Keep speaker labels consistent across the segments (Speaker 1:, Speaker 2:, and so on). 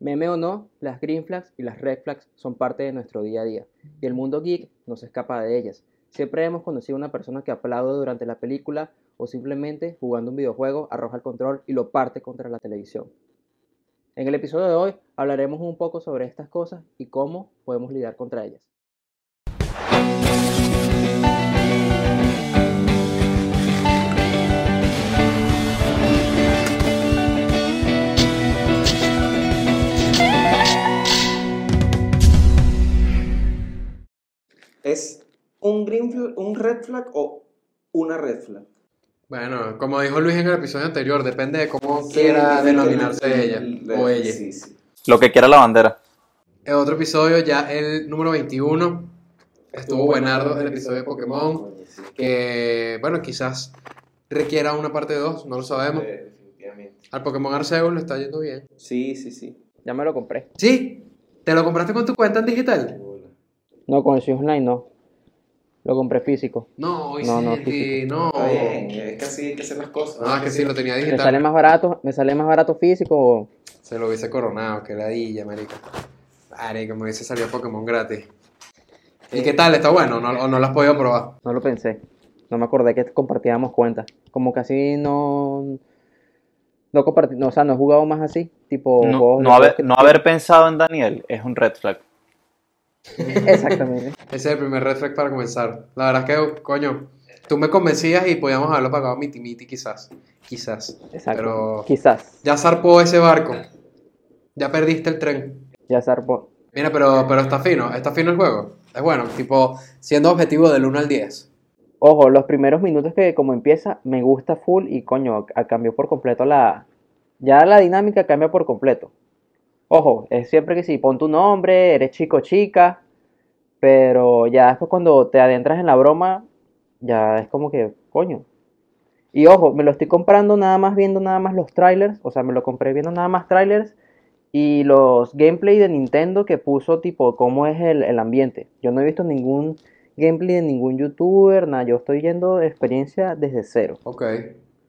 Speaker 1: Meme o no, las green flags y las red flags son parte de nuestro día a día, y el mundo geek no se escapa de ellas. Siempre hemos conocido a una persona que aplaude durante la película o simplemente jugando un videojuego arroja el control y lo parte contra la televisión. En el episodio de hoy hablaremos un poco sobre estas cosas y cómo podemos lidiar contra ellas.
Speaker 2: ¿Es un green flag, un red flag o una red flag?
Speaker 3: Bueno, como dijo Luis en el episodio anterior, depende de cómo
Speaker 2: Sí,
Speaker 3: quiera
Speaker 2: sí,
Speaker 3: denominarse
Speaker 2: sí,
Speaker 3: ella
Speaker 2: sí,
Speaker 3: o ella.
Speaker 2: sí, sí.
Speaker 4: Lo que quiera la bandera.
Speaker 3: En otro episodio, ya el número 21, estuvo buenardo el episodio de Pokémon,
Speaker 2: Oye, sí.
Speaker 3: que, bueno, quizás requiera una parte 2, no lo sabemos.
Speaker 2: Eh, definitivamente.
Speaker 3: Al Pokémon Arceus le está yendo bien.
Speaker 2: Sí, sí, sí.
Speaker 1: Ya me lo compré.
Speaker 3: ¿Sí? ¿Te lo compraste con tu cuenta en digital?
Speaker 1: No, con el Switch Online no. Lo compré físico.
Speaker 3: No,
Speaker 1: No, no,
Speaker 3: Isidri, no.
Speaker 2: Está bien, eh, es que así hay que hacer las cosas.
Speaker 3: Oh. Ah, que sí, lo tenía
Speaker 1: Me sale
Speaker 3: digital.
Speaker 1: más barato, me sale más barato físico o
Speaker 3: Se lo hubiese coronado, que ladilla, marica. Marica, me hubiese salido Pokémon gratis. ¿Y qué tal? ¿Está bueno? ¿No- ¿O no lo has podido probar?
Speaker 1: No lo pensé. No me acordé que compartíamos cuentas. Como casi no. No compartí. No, o sea, no he jugado más así. Tipo.
Speaker 4: No,
Speaker 1: juegos-
Speaker 4: no haber, no haber pensado en Daniel es un red flag.
Speaker 1: Exactamente.
Speaker 3: Ese es el primer red flag para comenzar. La verdad es que, coño, tú me convencías y podíamos haberlo pagado miti miti quizás. Quizás.
Speaker 1: Exacto.
Speaker 3: Pero-
Speaker 1: Quizás.
Speaker 3: Ya zarpó ese barco. Ya perdiste el tren.
Speaker 1: Ya zarpó.
Speaker 3: Mira, pero, pero está fino, está fino el juego. Es bueno, tipo, siendo objetivo del 1 al 10.
Speaker 1: Ojo, los primeros minutos que como empieza, me gusta full y coño, a- cambió por completo la. Ya la dinámica cambia por completo. Ojo, es siempre que sí, pon tu nombre, eres chico o chica. Pero ya después cuando te adentras en la broma, ya es como que, coño. Y ojo, me lo estoy comprando nada más viendo nada más los trailers. O sea, me lo compré viendo nada más trailers. Y los gameplay de Nintendo que puso tipo cómo es el, el ambiente. Yo no he visto ningún gameplay de ningún youtuber, nada. Yo estoy yendo de experiencia desde cero.
Speaker 3: Ok.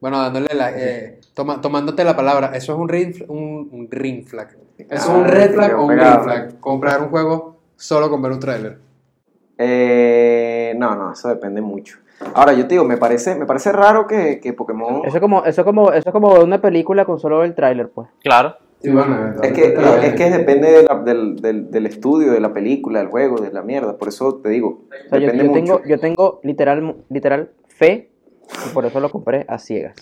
Speaker 3: Bueno, dándole la. eh, toma- tomándote la palabra, eso es un ring, fl- un, un ring flag. Eso es
Speaker 2: Ah,
Speaker 3: un red flag o un green flag. Comprar un juego solo con ver un trailer.
Speaker 2: Eh, no, no, eso depende mucho. Ahora, yo te digo, me parece, me parece raro que, que Pokémon.
Speaker 1: Eso es como, eso es como, eso es como una película con solo el tráiler, pues.
Speaker 4: Claro.
Speaker 3: Sí, bueno,
Speaker 2: Es que, es que depende de la- del, del- del estudio, de la película, del juego, de la mierda. Por eso te digo,
Speaker 1: O sea, yo,
Speaker 2: depende
Speaker 1: yo
Speaker 2: mucho.
Speaker 1: tengo, yo tengo literal, literal fe y por eso lo compré a ciegas.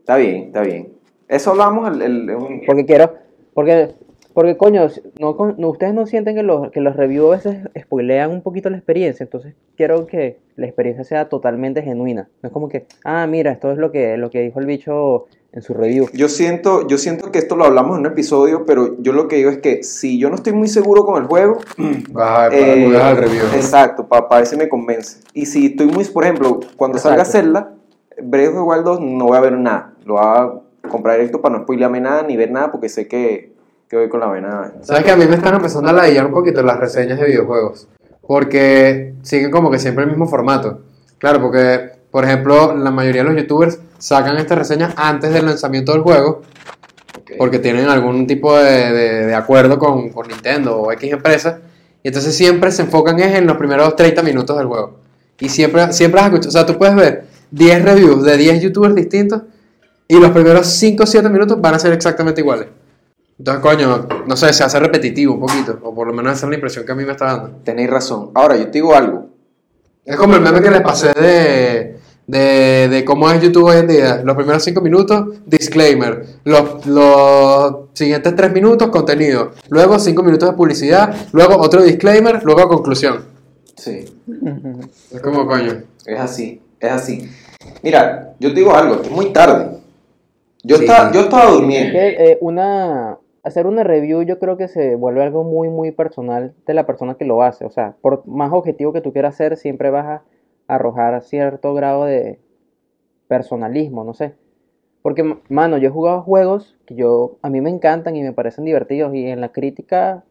Speaker 2: Está bien, está bien. Eso hablamos el, el- un-
Speaker 1: Porque quiero, porque, porque coño, no, con- no- ustedes no sienten que los, que los reviews a veces spoilean un poquito la experiencia, entonces quiero que la experiencia sea totalmente genuina. No es como que, ah, mira, esto es lo que, lo que dijo el bicho en su review.
Speaker 2: Yo siento, yo siento que esto lo hablamos en un episodio, pero yo lo que digo es que si yo no estoy muy seguro con el juego,
Speaker 3: Vas a
Speaker 2: eh, exacto, para ese me convence. Y si estoy muy, por ejemplo, cuando salga
Speaker 1: Exacto.
Speaker 2: Zelda, Breath of the Wild 2 no voy a ver nada. Lo voy a comprar directo para no spoilearme nada ni ver nada porque sé que, que voy con la vena.
Speaker 3: Sabes que a mí me están empezando a ladillar un poquito las reseñas de videojuegos. Porque siguen como que siempre el mismo formato. Claro, porque, por ejemplo, la mayoría de los youtubers sacan estas reseñas antes del lanzamiento del juego. Porque tienen algún tipo de, de- de acuerdo con, con Nintendo o X empresa. Y entonces siempre se enfocan es en los primeros 30 minutos del juego. Y siempre, siempre has escuchado. O sea, tú puedes ver 10 reviews de 10 youtubers distintos. Y los primeros 5 o 7 minutos van a ser exactamente iguales. Entonces, coño, no sé, se hace repetitivo un poquito, o por lo menos esa es la impresión que a mí me está dando.
Speaker 2: Tenéis razón. Ahora, yo te digo algo.
Speaker 3: Es como el meme que les pasé de, de, de cómo es YouTube hoy en día. Los primeros cinco minutos, disclaimer. Los, los siguientes tres minutos, contenido. Luego cinco minutos de publicidad, luego otro disclaimer, luego conclusión.
Speaker 2: Sí.
Speaker 3: Es como, coño.
Speaker 2: Es así, es así. Mira, yo te digo algo, es muy tarde. Yo,
Speaker 3: Sí.
Speaker 2: estaba, yo estaba durmiendo.
Speaker 1: Que, eh, una, hacer una review yo creo que se vuelve algo muy, muy personal de la persona que lo hace. O sea, por más objetivo que tú quieras ser, siempre vas a arrojar cierto grado de personalismo, no sé. Porque, m- mano, yo he jugado juegos que yo, a mí me encantan y me parecen divertidos y en la crítica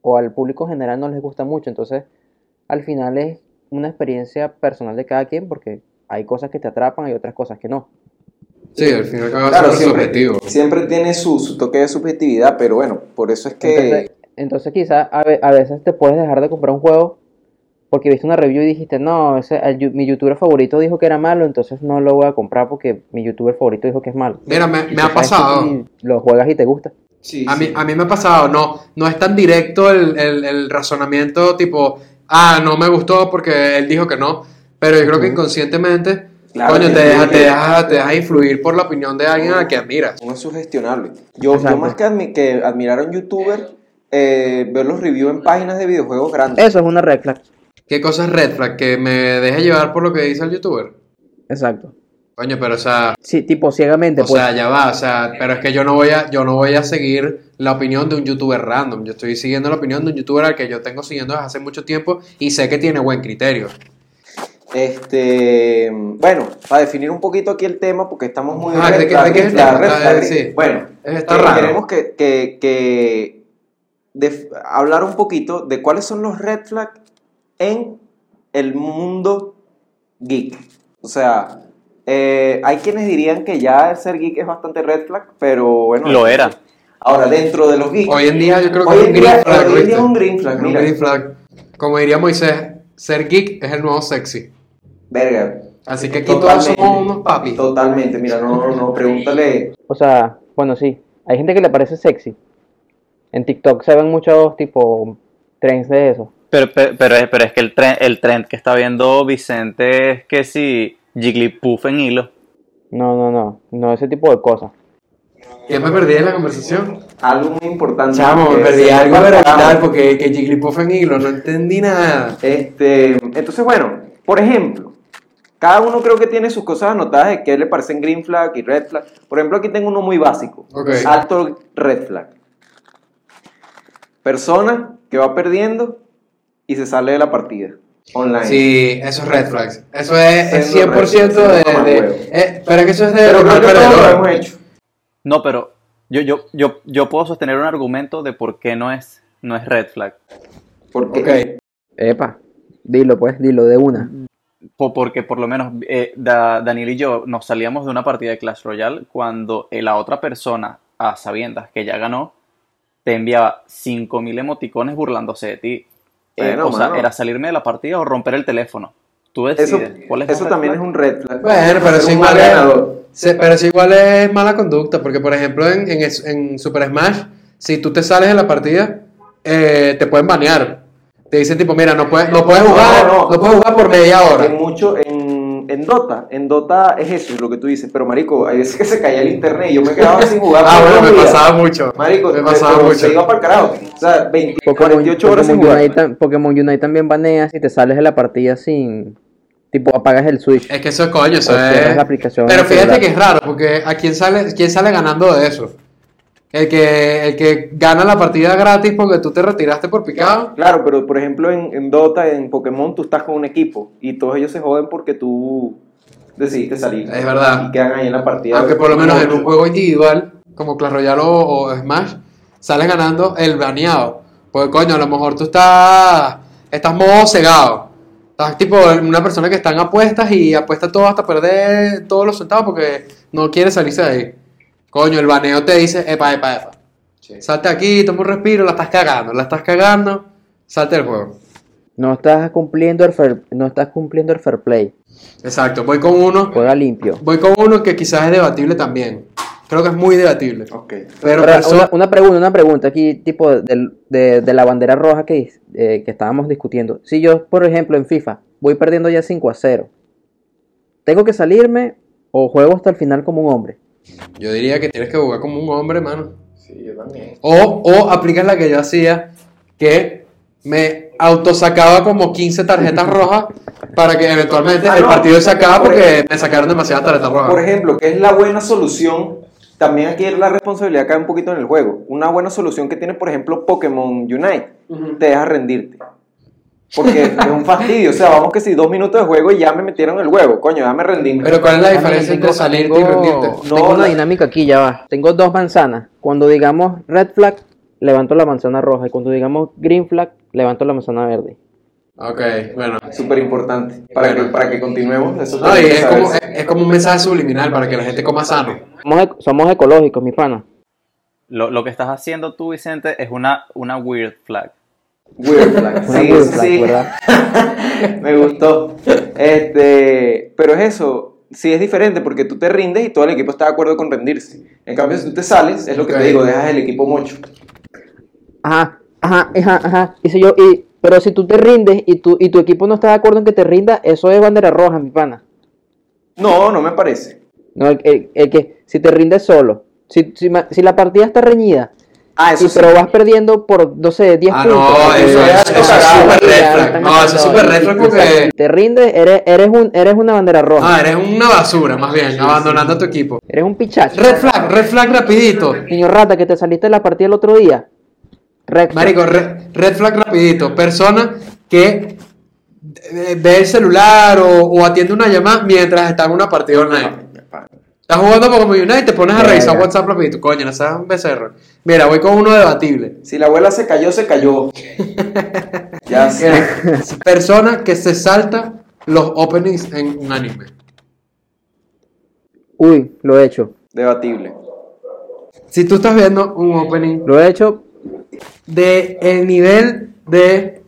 Speaker 1: o al público en general no les gusta mucho. Entonces, al final es una experiencia personal de cada quien porque hay cosas que te atrapan y otras cosas que no.
Speaker 3: Sí, al final acaba
Speaker 2: Claro,
Speaker 3: siendo
Speaker 2: siempre,
Speaker 3: subjetivo.
Speaker 2: siempre tiene su, su toque de subjetividad, pero bueno, por eso es que...
Speaker 1: Entonces, entonces quizás a, ve- a veces te puedes dejar de comprar un juego porque viste una review y dijiste, no, ese, el yu- mi youtuber favorito dijo que era malo, entonces no lo voy a comprar porque mi youtuber favorito dijo que es malo.
Speaker 3: Mira, me,
Speaker 1: Y
Speaker 3: me ha
Speaker 1: sabes que
Speaker 3: pasado.
Speaker 1: si Lo juegas y te gusta.
Speaker 2: Sí,
Speaker 3: A
Speaker 2: sí.
Speaker 3: mí, a mí me ha pasado, no, no es tan directo el, el- el razonamiento tipo, ah, no me gustó porque él dijo que no, pero yo creo que inconscientemente,
Speaker 2: Claro,
Speaker 3: coño, te
Speaker 2: tiene
Speaker 3: dejas
Speaker 2: que-
Speaker 3: te deja, te deja influir por la opinión de alguien a la que admiras.
Speaker 2: Uno es sugestionable. Yo, yo
Speaker 1: Exacto.
Speaker 2: más que, admi- que admirar a un youtuber, eh, ver los reviews en páginas de videojuegos grandes.
Speaker 1: Eso es una red flag.
Speaker 3: ¿Qué cosa es red flag? Que me deje llevar por lo que dice el youtuber.
Speaker 1: Exacto.
Speaker 3: Coño, pero o sea,
Speaker 1: Sí, tipo ciegamente,
Speaker 3: o
Speaker 1: pues.
Speaker 3: sea, ya va, o sea, pero es que yo no voy a, yo no voy a seguir la opinión de un youtuber random. Yo estoy siguiendo la opinión de un youtuber al que yo tengo siguiendo desde hace mucho tiempo y sé que tiene buen criterio.
Speaker 2: Este, bueno, para definir un poquito aquí el tema, porque estamos muy
Speaker 3: Ah,
Speaker 2: red
Speaker 3: ¿de qué-
Speaker 2: flag,
Speaker 3: de qué
Speaker 2: red
Speaker 3: es
Speaker 2: flag,
Speaker 3: el tema?
Speaker 2: red
Speaker 3: Ah,
Speaker 2: flag.
Speaker 3: sí.
Speaker 2: Bueno,
Speaker 3: Está
Speaker 2: eh,
Speaker 3: raro.
Speaker 2: queremos que, que- que def- hablar un poquito de cuáles son los red flags en el mundo geek. O sea, eh, hay quienes dirían que ya el ser geek es bastante red flag, pero bueno.
Speaker 4: Lo era.
Speaker 2: Ahora, dentro de los geeks.
Speaker 3: Hoy en día yo creo que
Speaker 2: Hoy
Speaker 3: es
Speaker 2: en
Speaker 3: un
Speaker 2: día-
Speaker 3: green flag.
Speaker 2: hoy en día
Speaker 3: ¿viste?
Speaker 2: es un green flag,
Speaker 3: Es
Speaker 2: mira.
Speaker 3: green flag. Como diría Moisés, ser geek es el nuevo sexy.
Speaker 2: Verga.
Speaker 3: Así que aquí todos somos unos papis.
Speaker 2: Totalmente, mira, no, no, no, pregúntale.
Speaker 1: O sea, bueno, sí. Hay gente que le parece sexy. En TikTok se ven muchos, tipo, trends de eso.
Speaker 4: Pero, pero, pero es, pero es que el trend, el trend que está viendo Vicente es que si Jigglypuff en hilo.
Speaker 1: No, no, no. No ese tipo de cosas.
Speaker 3: Ya me perdí en la conversación.
Speaker 2: Algo muy importante.
Speaker 3: Chamo, me
Speaker 2: que
Speaker 3: perdí
Speaker 2: se
Speaker 3: algo
Speaker 2: llama-
Speaker 3: viral porque que Jigglypuff en hilo, no entendí nada.
Speaker 2: Este, entonces, bueno, por ejemplo, cada uno creo que tiene sus cosas anotadas de qué le parecen green flag y red flag. Por ejemplo, aquí tengo uno muy básico.
Speaker 3: Ok.
Speaker 2: Alto red flag. Persona que va perdiendo y se sale de la partida online.
Speaker 3: Sí, eso es red flags. Eso es, es
Speaker 2: Siendo red
Speaker 3: 100%
Speaker 2: flags,
Speaker 3: de...
Speaker 2: mamá
Speaker 3: de-
Speaker 2: huevo.
Speaker 3: eh, pero es que eso es de...
Speaker 2: Pero
Speaker 3: de
Speaker 2: creo
Speaker 3: mal
Speaker 2: que todos lo
Speaker 3: perdedor.
Speaker 2: hemos hecho.
Speaker 4: No, pero yo, yo, yo, yo puedo sostener un argumento de por qué no es, no es red flag.
Speaker 2: Porque
Speaker 3: Ok.
Speaker 1: Epa. Dilo, pues, dilo de una.
Speaker 4: Po- porque por lo menos eh, Da- Daniel y yo nos salíamos de una partida de Clash Royale cuando eh, la otra persona, a sabiendas que ya ganó, te enviaba 5000 emoticones burlándose de ti. Eh,
Speaker 2: Bueno,
Speaker 4: o sea,
Speaker 2: mano.
Speaker 4: era salirme de la partida o romper el teléfono. Tú decides
Speaker 2: eso,
Speaker 4: ¿eh? cuál es
Speaker 2: eso
Speaker 4: la
Speaker 2: también es
Speaker 4: red
Speaker 2: un red flag.
Speaker 3: Bueno, pero
Speaker 2: Ser
Speaker 3: eso
Speaker 2: un
Speaker 3: igual
Speaker 2: mal
Speaker 3: es-
Speaker 2: ganador.
Speaker 3: se- pero eso igual es mala conducta, porque por ejemplo en, en, es- en Super Smash, si tú te sales de la partida, eh, te pueden banear. Te dicen tipo, mira, no puedes, no puedes
Speaker 2: No,
Speaker 3: jugar,
Speaker 2: no.
Speaker 3: no, puedes jugar por media
Speaker 2: En
Speaker 3: hora.
Speaker 2: mucho, en, en Dota, en Dota es eso, es lo que tú dices, pero marico, hay veces que se caía el internet y yo me quedaba sin jugar.
Speaker 3: Ah,
Speaker 2: por
Speaker 3: bueno,
Speaker 2: dos
Speaker 3: me
Speaker 2: días.
Speaker 3: pasaba mucho.
Speaker 2: Marico,
Speaker 3: me pasaba
Speaker 2: pero
Speaker 3: mucho.
Speaker 2: se iba para el carajo. O sea, 20, 48 horas sin
Speaker 1: Unite,
Speaker 2: jugar.
Speaker 1: tam- Pokémon Unite también banea si te sales de la partida sin. Tipo, apagas el Switch.
Speaker 3: Es que eso coño, eso
Speaker 1: O cierras
Speaker 3: es.
Speaker 1: la aplicación
Speaker 3: Pero
Speaker 1: del
Speaker 3: fíjate
Speaker 1: celular.
Speaker 3: que es raro, porque ¿a quién sale, quién sale ganando de eso? El que, el que gana la partida gratis porque tú te retiraste por picado.
Speaker 2: Claro, pero por ejemplo en, en Dota, en Pokémon, tú estás con un equipo y todos ellos se joden porque tú decidiste salir.
Speaker 3: Es verdad.
Speaker 2: Y quedan ahí en la partida.
Speaker 3: Aunque por lo menos en un juego individual, como Clash Royale o, o Smash, sales ganando el baneado. Pues coño, a lo mejor tú estás, estás modo cegado. Estás tipo una persona que está en apuestas y apuesta todo hasta perder todos los centavos porque no quiere salirse de ahí. Coño, el baneo te dice, epa, epa, epa. Salte aquí, toma un respiro, la estás cagando, la estás cagando, salte del juego.
Speaker 1: No estás cumpliendo el fair, no estás cumpliendo el fair play.
Speaker 3: Exacto, voy con uno,
Speaker 1: Juega limpio.
Speaker 3: voy con uno que quizás es debatible también. Creo que es muy debatible.
Speaker 2: Ok.
Speaker 3: Pero,
Speaker 1: Ahora,
Speaker 3: perso-
Speaker 1: una, una pregunta, una pregunta aquí, tipo del- de, de la bandera roja que, dis- eh, que estábamos discutiendo. Si yo, por ejemplo, en FIFA voy perdiendo ya 5 a 0, ¿tengo que salirme o juego hasta el final como un hombre?
Speaker 3: Yo diría que tienes que jugar como un hombre, mano.
Speaker 2: Sí, yo también.
Speaker 3: O, o aplicas la que yo hacía, que me autosacaba como 15 tarjetas rojas para que eventualmente
Speaker 2: Ah,
Speaker 3: el
Speaker 2: no.
Speaker 3: partido se acaba
Speaker 2: Por
Speaker 3: porque me sacaron demasiadas tarjetas
Speaker 2: Por
Speaker 3: rojas.
Speaker 2: ejemplo, ¿qué es la buena solución? También aquí la responsabilidad cae un poquito en el juego. Una buena solución que tiene, por ejemplo, Pokémon Unite, te deja rendirte. Porque es un fastidio. O sea, vamos que si dos minutos de juego y ya me metieron el huevo. Coño, ya me rendí.
Speaker 3: Pero ¿cuál es la
Speaker 1: Ah,
Speaker 3: diferencia
Speaker 1: tengo-
Speaker 3: entre salirte y
Speaker 1: tengo-
Speaker 3: rendirte?
Speaker 2: No,
Speaker 1: tengo una
Speaker 2: la-
Speaker 1: dinámica aquí, ya va. Tengo dos manzanas. Cuando digamos red flag, levanto la manzana roja. Y cuando digamos green flag, levanto la manzana verde.
Speaker 3: Ok, bueno.
Speaker 2: Súper importante. Para que, para que continuemos. Eso
Speaker 3: No, y
Speaker 2: tenemos que
Speaker 3: es como,
Speaker 2: saber.
Speaker 3: es- es como un mensaje subliminal para que la gente coma sano.
Speaker 1: Somos, ec- somos ecológicos, mis panas.
Speaker 4: Lo, lo que estás haciendo tú, Vicente, es una, una weird flag.
Speaker 2: Weird flag.
Speaker 1: Una
Speaker 2: Sí,
Speaker 1: weird
Speaker 2: sí,
Speaker 1: flag,
Speaker 2: sí.
Speaker 1: ¿verdad?
Speaker 2: Me gustó. Este, pero es eso. Sí, es diferente porque tú te rindes y todo el equipo está de acuerdo con rendirse. En cambio, si tú te sales, es lo que
Speaker 3: Ok.
Speaker 2: te digo, dejas el equipo mocho.
Speaker 1: Ajá, ajá, ajá, ajá. Y si yo, y, pero si tú te rindes y tu, y tu equipo no está de acuerdo en que te rinda, eso es bandera roja, mi pana.
Speaker 2: No, no me parece.
Speaker 1: No, el, el- el que si te rindes solo, si, si, ma- si la partida está reñida,
Speaker 2: Ah,
Speaker 1: y,
Speaker 2: eso sí.
Speaker 1: pero vas perdiendo por, no sé, 10
Speaker 3: Ah,
Speaker 1: puntos.
Speaker 3: no,
Speaker 1: porque
Speaker 3: eso,
Speaker 1: ya
Speaker 3: es-
Speaker 1: están
Speaker 3: eso es
Speaker 1: cagados,
Speaker 3: súper red
Speaker 1: ya
Speaker 3: flag.
Speaker 1: están
Speaker 3: No, eso es
Speaker 1: cagados.
Speaker 3: súper red flag
Speaker 1: Y- y-
Speaker 3: porque...
Speaker 1: Te rindes, eres, eres, un, eres una bandera
Speaker 2: Oh.
Speaker 1: roja,
Speaker 3: Ah, eres una basura, más bien, abandonando a tu equipo.
Speaker 1: eres un pichacho.
Speaker 3: Red flag, red flag rapidito.
Speaker 1: Niño rata, que te saliste de la partida el otro día. Red flag.
Speaker 3: Marico, re- red flag rapidito. Persona que eh, ve el celular o, o atiende una llamada mientras está en una partida online. Estás jugando Pokémon Unite y te pones a revisar WhatsApp rapidito. Coño, no seas un becerro. Mira, voy con uno debatible.
Speaker 2: Si la abuela se cayó, se cayó. ya sé.
Speaker 3: Persona que se salta los openings en un anime.
Speaker 1: Uy, lo he hecho.
Speaker 2: Debatible.
Speaker 3: Si tú estás viendo un opening
Speaker 1: Lo he hecho
Speaker 3: de el nivel de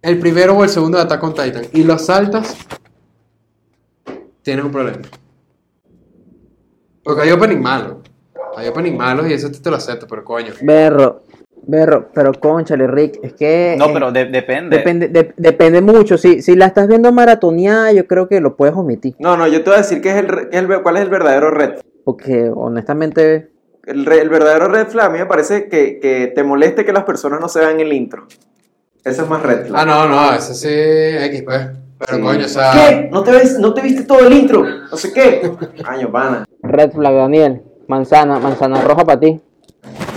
Speaker 3: el primero o el segundo de Attack on Titan y lo saltas, tienes un problema. Porque hay opening malo. Hay opening malos y eso te, te lo acepto, pero coño.
Speaker 1: berro. Berro, pero conchale, Rick, es que.
Speaker 4: No,
Speaker 1: eh,
Speaker 4: pero de- depende.
Speaker 1: Depende, de- depende mucho. Si, si la estás viendo maratoneada, yo creo que lo puedes omitir.
Speaker 2: No, no, yo te voy a decir que es el, re- que es el- cuál es el verdadero red.
Speaker 1: Porque honestamente.
Speaker 2: El, re- el verdadero red flag a mí me parece que, que te moleste que las personas no se vean el intro. Eso es más red flag.
Speaker 3: Ah, no, no, eso sí, X, pues. Pero
Speaker 2: Sí.
Speaker 3: coño, o sea.
Speaker 2: ¿Qué? ¿No te, ves, ¿No te viste todo el intro? No sé qué. Año, pana.
Speaker 1: Red flag, Daniel. Manzana, manzana roja para ti.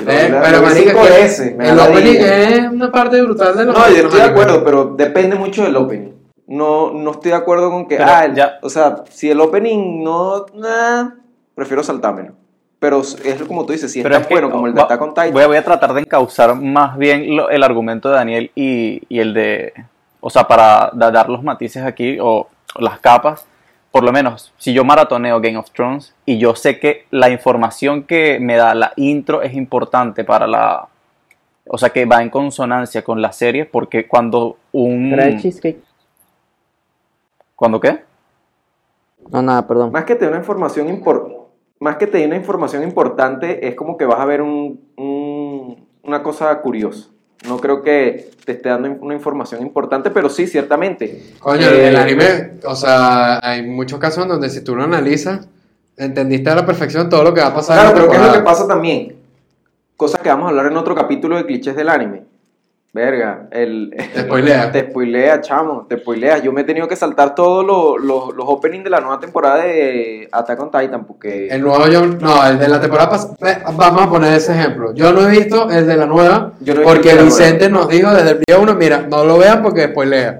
Speaker 3: eh,
Speaker 2: Lo-
Speaker 3: pero
Speaker 2: lo-
Speaker 3: marica,
Speaker 2: cinco
Speaker 3: que
Speaker 2: veces, me
Speaker 3: el
Speaker 2: da
Speaker 3: opening
Speaker 2: ladilla.
Speaker 3: es una parte brutal de los
Speaker 2: No, yo estoy de
Speaker 3: animes.
Speaker 2: acuerdo, pero depende mucho del opening. No, no estoy de acuerdo con que.
Speaker 4: Pero
Speaker 2: ah, el-
Speaker 4: ya-
Speaker 2: O sea, si el opening no. nah, prefiero saltármelo. Pero es como tú dices, si es
Speaker 4: Pero
Speaker 2: tan
Speaker 4: es que-
Speaker 2: bueno como el de
Speaker 4: va-
Speaker 2: Attack on Titan.
Speaker 4: Voy a, voy a tratar de encauzar más bien lo- el argumento de Daniel y, y el de. O sea, para da- dar los matices aquí o las capas. Por lo menos, si yo maratoneo Game of Thrones y yo sé que la información que me da la intro es importante para la. O sea, que va en consonancia con la serie, porque cuando un.
Speaker 1: Trae cheesecake.
Speaker 4: ¿Cuándo qué?
Speaker 1: No, nada, perdón.
Speaker 2: Más que te dé una información impor- Más que te dé una información importante, es como que vas a ver un- un- una cosa curiosa. No creo que te esté dando una información importante, pero sí, ciertamente.
Speaker 3: Coño,
Speaker 2: Eh,
Speaker 3: el anime, o sea, hay muchos casos en donde si tú lo analizas, entendiste a la perfección todo lo que va a pasar. en
Speaker 2: Claro,
Speaker 3: la
Speaker 2: pero ¿qué es lo que
Speaker 3: temporada.
Speaker 2: pasa también? Cosa que vamos a hablar en otro capítulo de clichés del anime. Verga, el...
Speaker 3: Te spoilea.
Speaker 2: Te spoilea, chamo, te spoilea. Yo me he tenido que saltar todos los- los- los openings de la nueva temporada de Attack on Titan porque...
Speaker 3: El nuevo yo, no, el de la temporada pasada, vamos a poner ese ejemplo. Yo no he visto el de la nueva,
Speaker 2: Yo no he
Speaker 3: porque
Speaker 2: visto el de la
Speaker 3: Vicente nos dijo desde el día uno, mira, no lo vean porque después lea.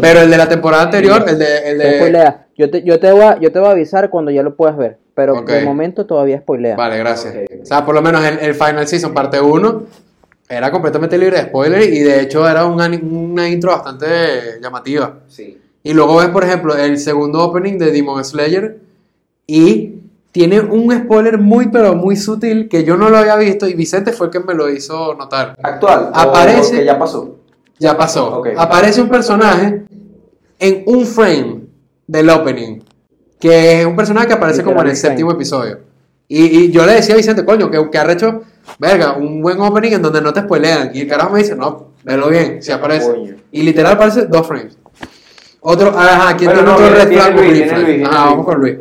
Speaker 3: Pero el de la temporada anterior, el de... El
Speaker 1: No
Speaker 3: de-
Speaker 1: spoilea. Yo te, yo, te voy a, yo te voy a avisar cuando ya lo puedas ver. Pero
Speaker 3: Ok.
Speaker 1: de momento todavía spoilea.
Speaker 3: Vale, gracias. O sea, por lo menos el, el Final Season, parte 1, era completamente libre de spoiler y de hecho era un ani- una intro bastante llamativa.
Speaker 2: Sí.
Speaker 3: Y luego ves, por ejemplo, el segundo opening de Demon Slayer y tiene un spoiler muy, pero muy sutil que yo no lo había visto y Vicente fue el que me lo hizo notar.
Speaker 2: Actual. o
Speaker 3: Aparece-
Speaker 2: Que ya pasó.
Speaker 3: Ya pasó.
Speaker 2: Ok.
Speaker 3: Aparece un personaje en un frame del opening, que es un personaje que aparece como en el
Speaker 1: Literalmente.
Speaker 3: séptimo episodio. Y, y yo le decía a Vicente, coño, que, que ha hecho, verga, un buen opening en donde no te spoilean. Y el carajo me dice, no, velo bien, si aparece.
Speaker 2: Coño.
Speaker 3: Y literal aparece dos frames. Otro, ajá, ¿quién
Speaker 2: Bueno,
Speaker 3: tiene
Speaker 2: no,
Speaker 3: otro
Speaker 2: viene-
Speaker 3: red
Speaker 2: viene
Speaker 3: flag?
Speaker 2: Luis,
Speaker 3: o green
Speaker 2: viene
Speaker 3: flag?
Speaker 2: Luis, viene
Speaker 3: Ajá,
Speaker 2: Luis.
Speaker 3: vamos con Luis.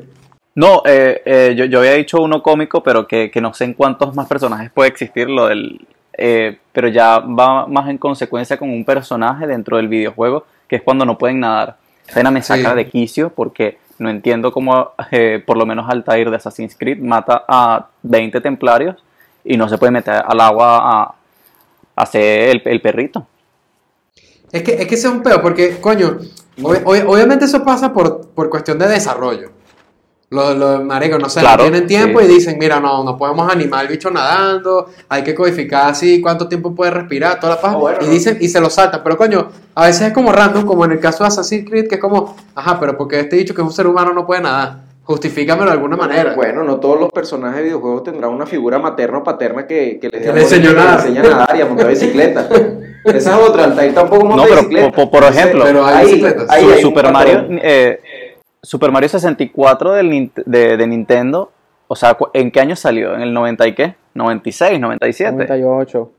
Speaker 4: No, eh, eh, yo, yo había dicho uno cómico, pero que, que no sé en cuántos más personajes puede existir lo del... eh, pero ya va más en consecuencia con un personaje dentro del videojuego, que es cuando no pueden nadar. Cena me
Speaker 3: Sí.
Speaker 4: saca de quicio porque no entiendo cómo, eh, por lo menos Altair de Assassin's Creed mata a 20 templarios y no se puede meter al agua a, a hacer el, el perrito.
Speaker 3: Es que, es que ese es un peo, porque, coño, ob- ob- obviamente eso pasa por, por cuestión de desarrollo. Los, los maricos, no sé,
Speaker 4: Claro,
Speaker 3: no tienen tiempo
Speaker 4: sí.
Speaker 3: y dicen, mira, no, no podemos animar al bicho nadando, hay que codificar así cuánto tiempo puede respirar, toda la paja.
Speaker 2: O Oh, bueno,
Speaker 3: y
Speaker 2: no.
Speaker 3: dicen, y se lo saltan. Pero coño, a veces es como random, como en el caso de Assassin's Creed, que es como, ajá, pero porque este bicho que es un ser humano no puede nadar. Justifícamelo de alguna manera.
Speaker 2: Bueno, pues. no todos los personajes de videojuegos tendrán una figura materna o paterna que, que les
Speaker 3: Que le enseñó
Speaker 2: que les
Speaker 3: nada.
Speaker 2: enseña a nadar y a montar bicicleta. Esa es otra, el Tair tampoco monta
Speaker 4: No, pero
Speaker 2: bicicleta.
Speaker 4: po- po- por
Speaker 2: Entonces,
Speaker 4: ejemplo,
Speaker 3: Pero hay bicicletas.
Speaker 2: ahí
Speaker 4: Su-
Speaker 2: hay un
Speaker 4: Super,
Speaker 2: patrón.
Speaker 4: Mario, eh, Super Mario 64 del Nin- de, de Nintendo, o sea, cu- ¿en qué año salió? ¿En el 90 y qué? ¿96, 97?
Speaker 1: 98.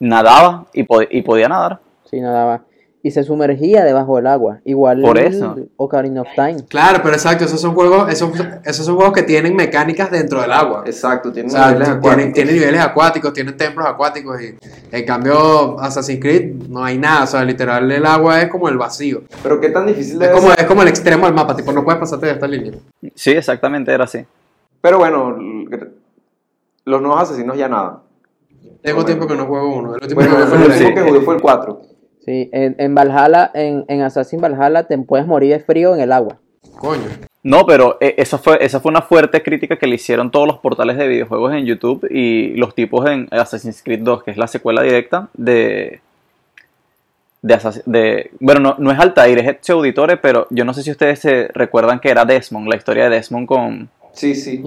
Speaker 4: Nadaba y, po- y podía nadar.
Speaker 1: Sí, nadaba. Y se sumergía debajo del agua. Igual
Speaker 4: Por
Speaker 1: el
Speaker 4: eso.
Speaker 1: Ocarina of Time.
Speaker 3: Claro, pero exacto, esos son juegos, esos, esos son juegos que tienen mecánicas dentro del agua.
Speaker 2: Exacto, tiene
Speaker 3: O sea,
Speaker 2: niveles
Speaker 3: tienen,
Speaker 2: acuáticos.
Speaker 3: tienen niveles acuáticos, tienen templos acuáticos y en cambio Assassin's Creed no hay nada, o sea, literal el agua es como el vacío.
Speaker 2: Pero qué tan difícil
Speaker 3: Es
Speaker 2: debe
Speaker 3: como,
Speaker 2: ser.
Speaker 3: es como el extremo del mapa, tipo no puedes pasarte de esta línea.
Speaker 4: Sí, exactamente, era así.
Speaker 2: Pero bueno, l- los nuevos asesinos ya nada.
Speaker 3: Tengo tiempo que no juego uno. El último
Speaker 2: Bueno,
Speaker 3: que jugué
Speaker 2: el
Speaker 3: fue el
Speaker 2: último
Speaker 3: de-
Speaker 2: que jugué fue el 4.
Speaker 1: Sí, en, en Valhalla, en, en Assassin Valhalla, te puedes morir de frío en el agua.
Speaker 3: Coño.
Speaker 4: No, pero eh, eso fue, esa fue una fuerte crítica que le hicieron todos los portales de videojuegos en YouTube y los tipos en Assassin's Creed 2, que es la secuela directa de... De, Assassin- de- bueno, no, no es Altair, es Ezio Auditore, pero yo no sé si ustedes se recuerdan que era Desmond, la historia de Desmond con,
Speaker 2: Sí, sí.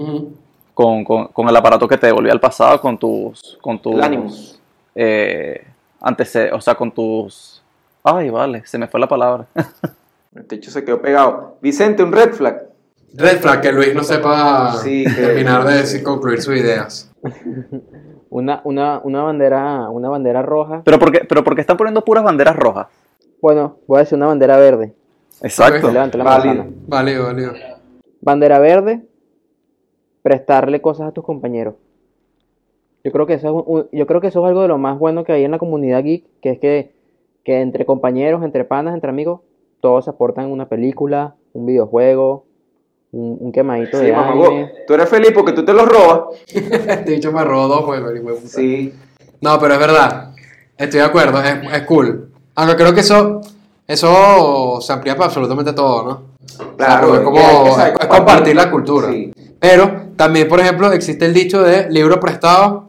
Speaker 4: con, con- con el aparato que te devolvía al pasado, con tus... Con tus
Speaker 2: El Animus.
Speaker 4: eh, antece- o sea, con tus... Ay, vale, se me fue la palabra.
Speaker 2: El techo se quedó pegado. Vicente, un red flag.
Speaker 3: Red flag, que Luis no sepa
Speaker 2: Sí, que-
Speaker 3: terminar de decir- concluir sus ideas.
Speaker 1: Una, una, una bandera, una bandera roja.
Speaker 4: Pero porque, pero porque están poniendo puras banderas rojas.
Speaker 1: Bueno, voy a decir una bandera verde.
Speaker 4: Exacto.
Speaker 3: Ok.
Speaker 1: Levanta la
Speaker 2: Válido.
Speaker 1: manzana.
Speaker 3: Válido, válido.
Speaker 1: Bandera verde, prestarle cosas a tus compañeros. Yo creo que eso es, un- un- yo creo que eso es algo de lo más bueno que hay en la comunidad geek, que es que, que entre compañeros, entre panas, entre amigos, todos aportan una película, un videojuego, un, un quemadito
Speaker 2: Sí,
Speaker 1: de
Speaker 2: mamagüe.
Speaker 1: anime.
Speaker 2: Tú eres feliz porque tú te los robas.
Speaker 3: Este dicho me robó dos juegos, el hijo de puta.
Speaker 2: Sí.
Speaker 3: No, pero es verdad. Estoy de acuerdo, es, es cool. Aunque creo que eso, eso se amplía para absolutamente todo, ¿no?
Speaker 2: Claro,
Speaker 3: Claro, es como
Speaker 2: hay que saber
Speaker 3: es compartir,
Speaker 2: compartir.
Speaker 3: la cultura.
Speaker 2: Sí.
Speaker 3: Pero también, por ejemplo, existe el dicho de libro prestado,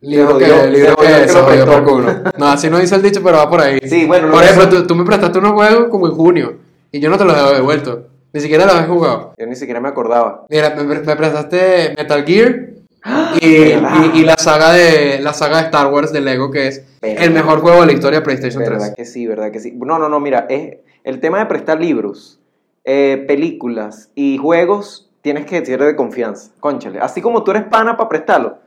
Speaker 3: libro
Speaker 2: jodió,
Speaker 3: que, libro
Speaker 2: se jodió
Speaker 3: que
Speaker 2: el que
Speaker 3: se
Speaker 2: lo
Speaker 3: jodió por
Speaker 2: prestó.
Speaker 3: culo. No, así no dice el dicho, pero va por ahí.
Speaker 2: Sí, bueno,
Speaker 3: por
Speaker 2: lo-
Speaker 3: ejemplo, tú, tú me prestaste unos juegos como en junio y yo no te los he devuelto, ni siquiera los he jugado.
Speaker 2: Yo ni siquiera me acordaba.
Speaker 3: Mira, me, me prestaste Metal Gear
Speaker 2: ¡Ah!
Speaker 3: y,
Speaker 2: ¿Verdad?
Speaker 3: y- y la saga de la saga de Star Wars de Lego que es
Speaker 2: ¿Verdad?
Speaker 3: el mejor juego de la historia de PlayStation
Speaker 2: Verdad
Speaker 3: 3.
Speaker 2: que sí, verdad que sí. No, no, no, mira, es el tema de prestar libros, eh, películas y juegos, tienes que decirle de confianza. Cónchale. Así como tú eres pana para prestarlo.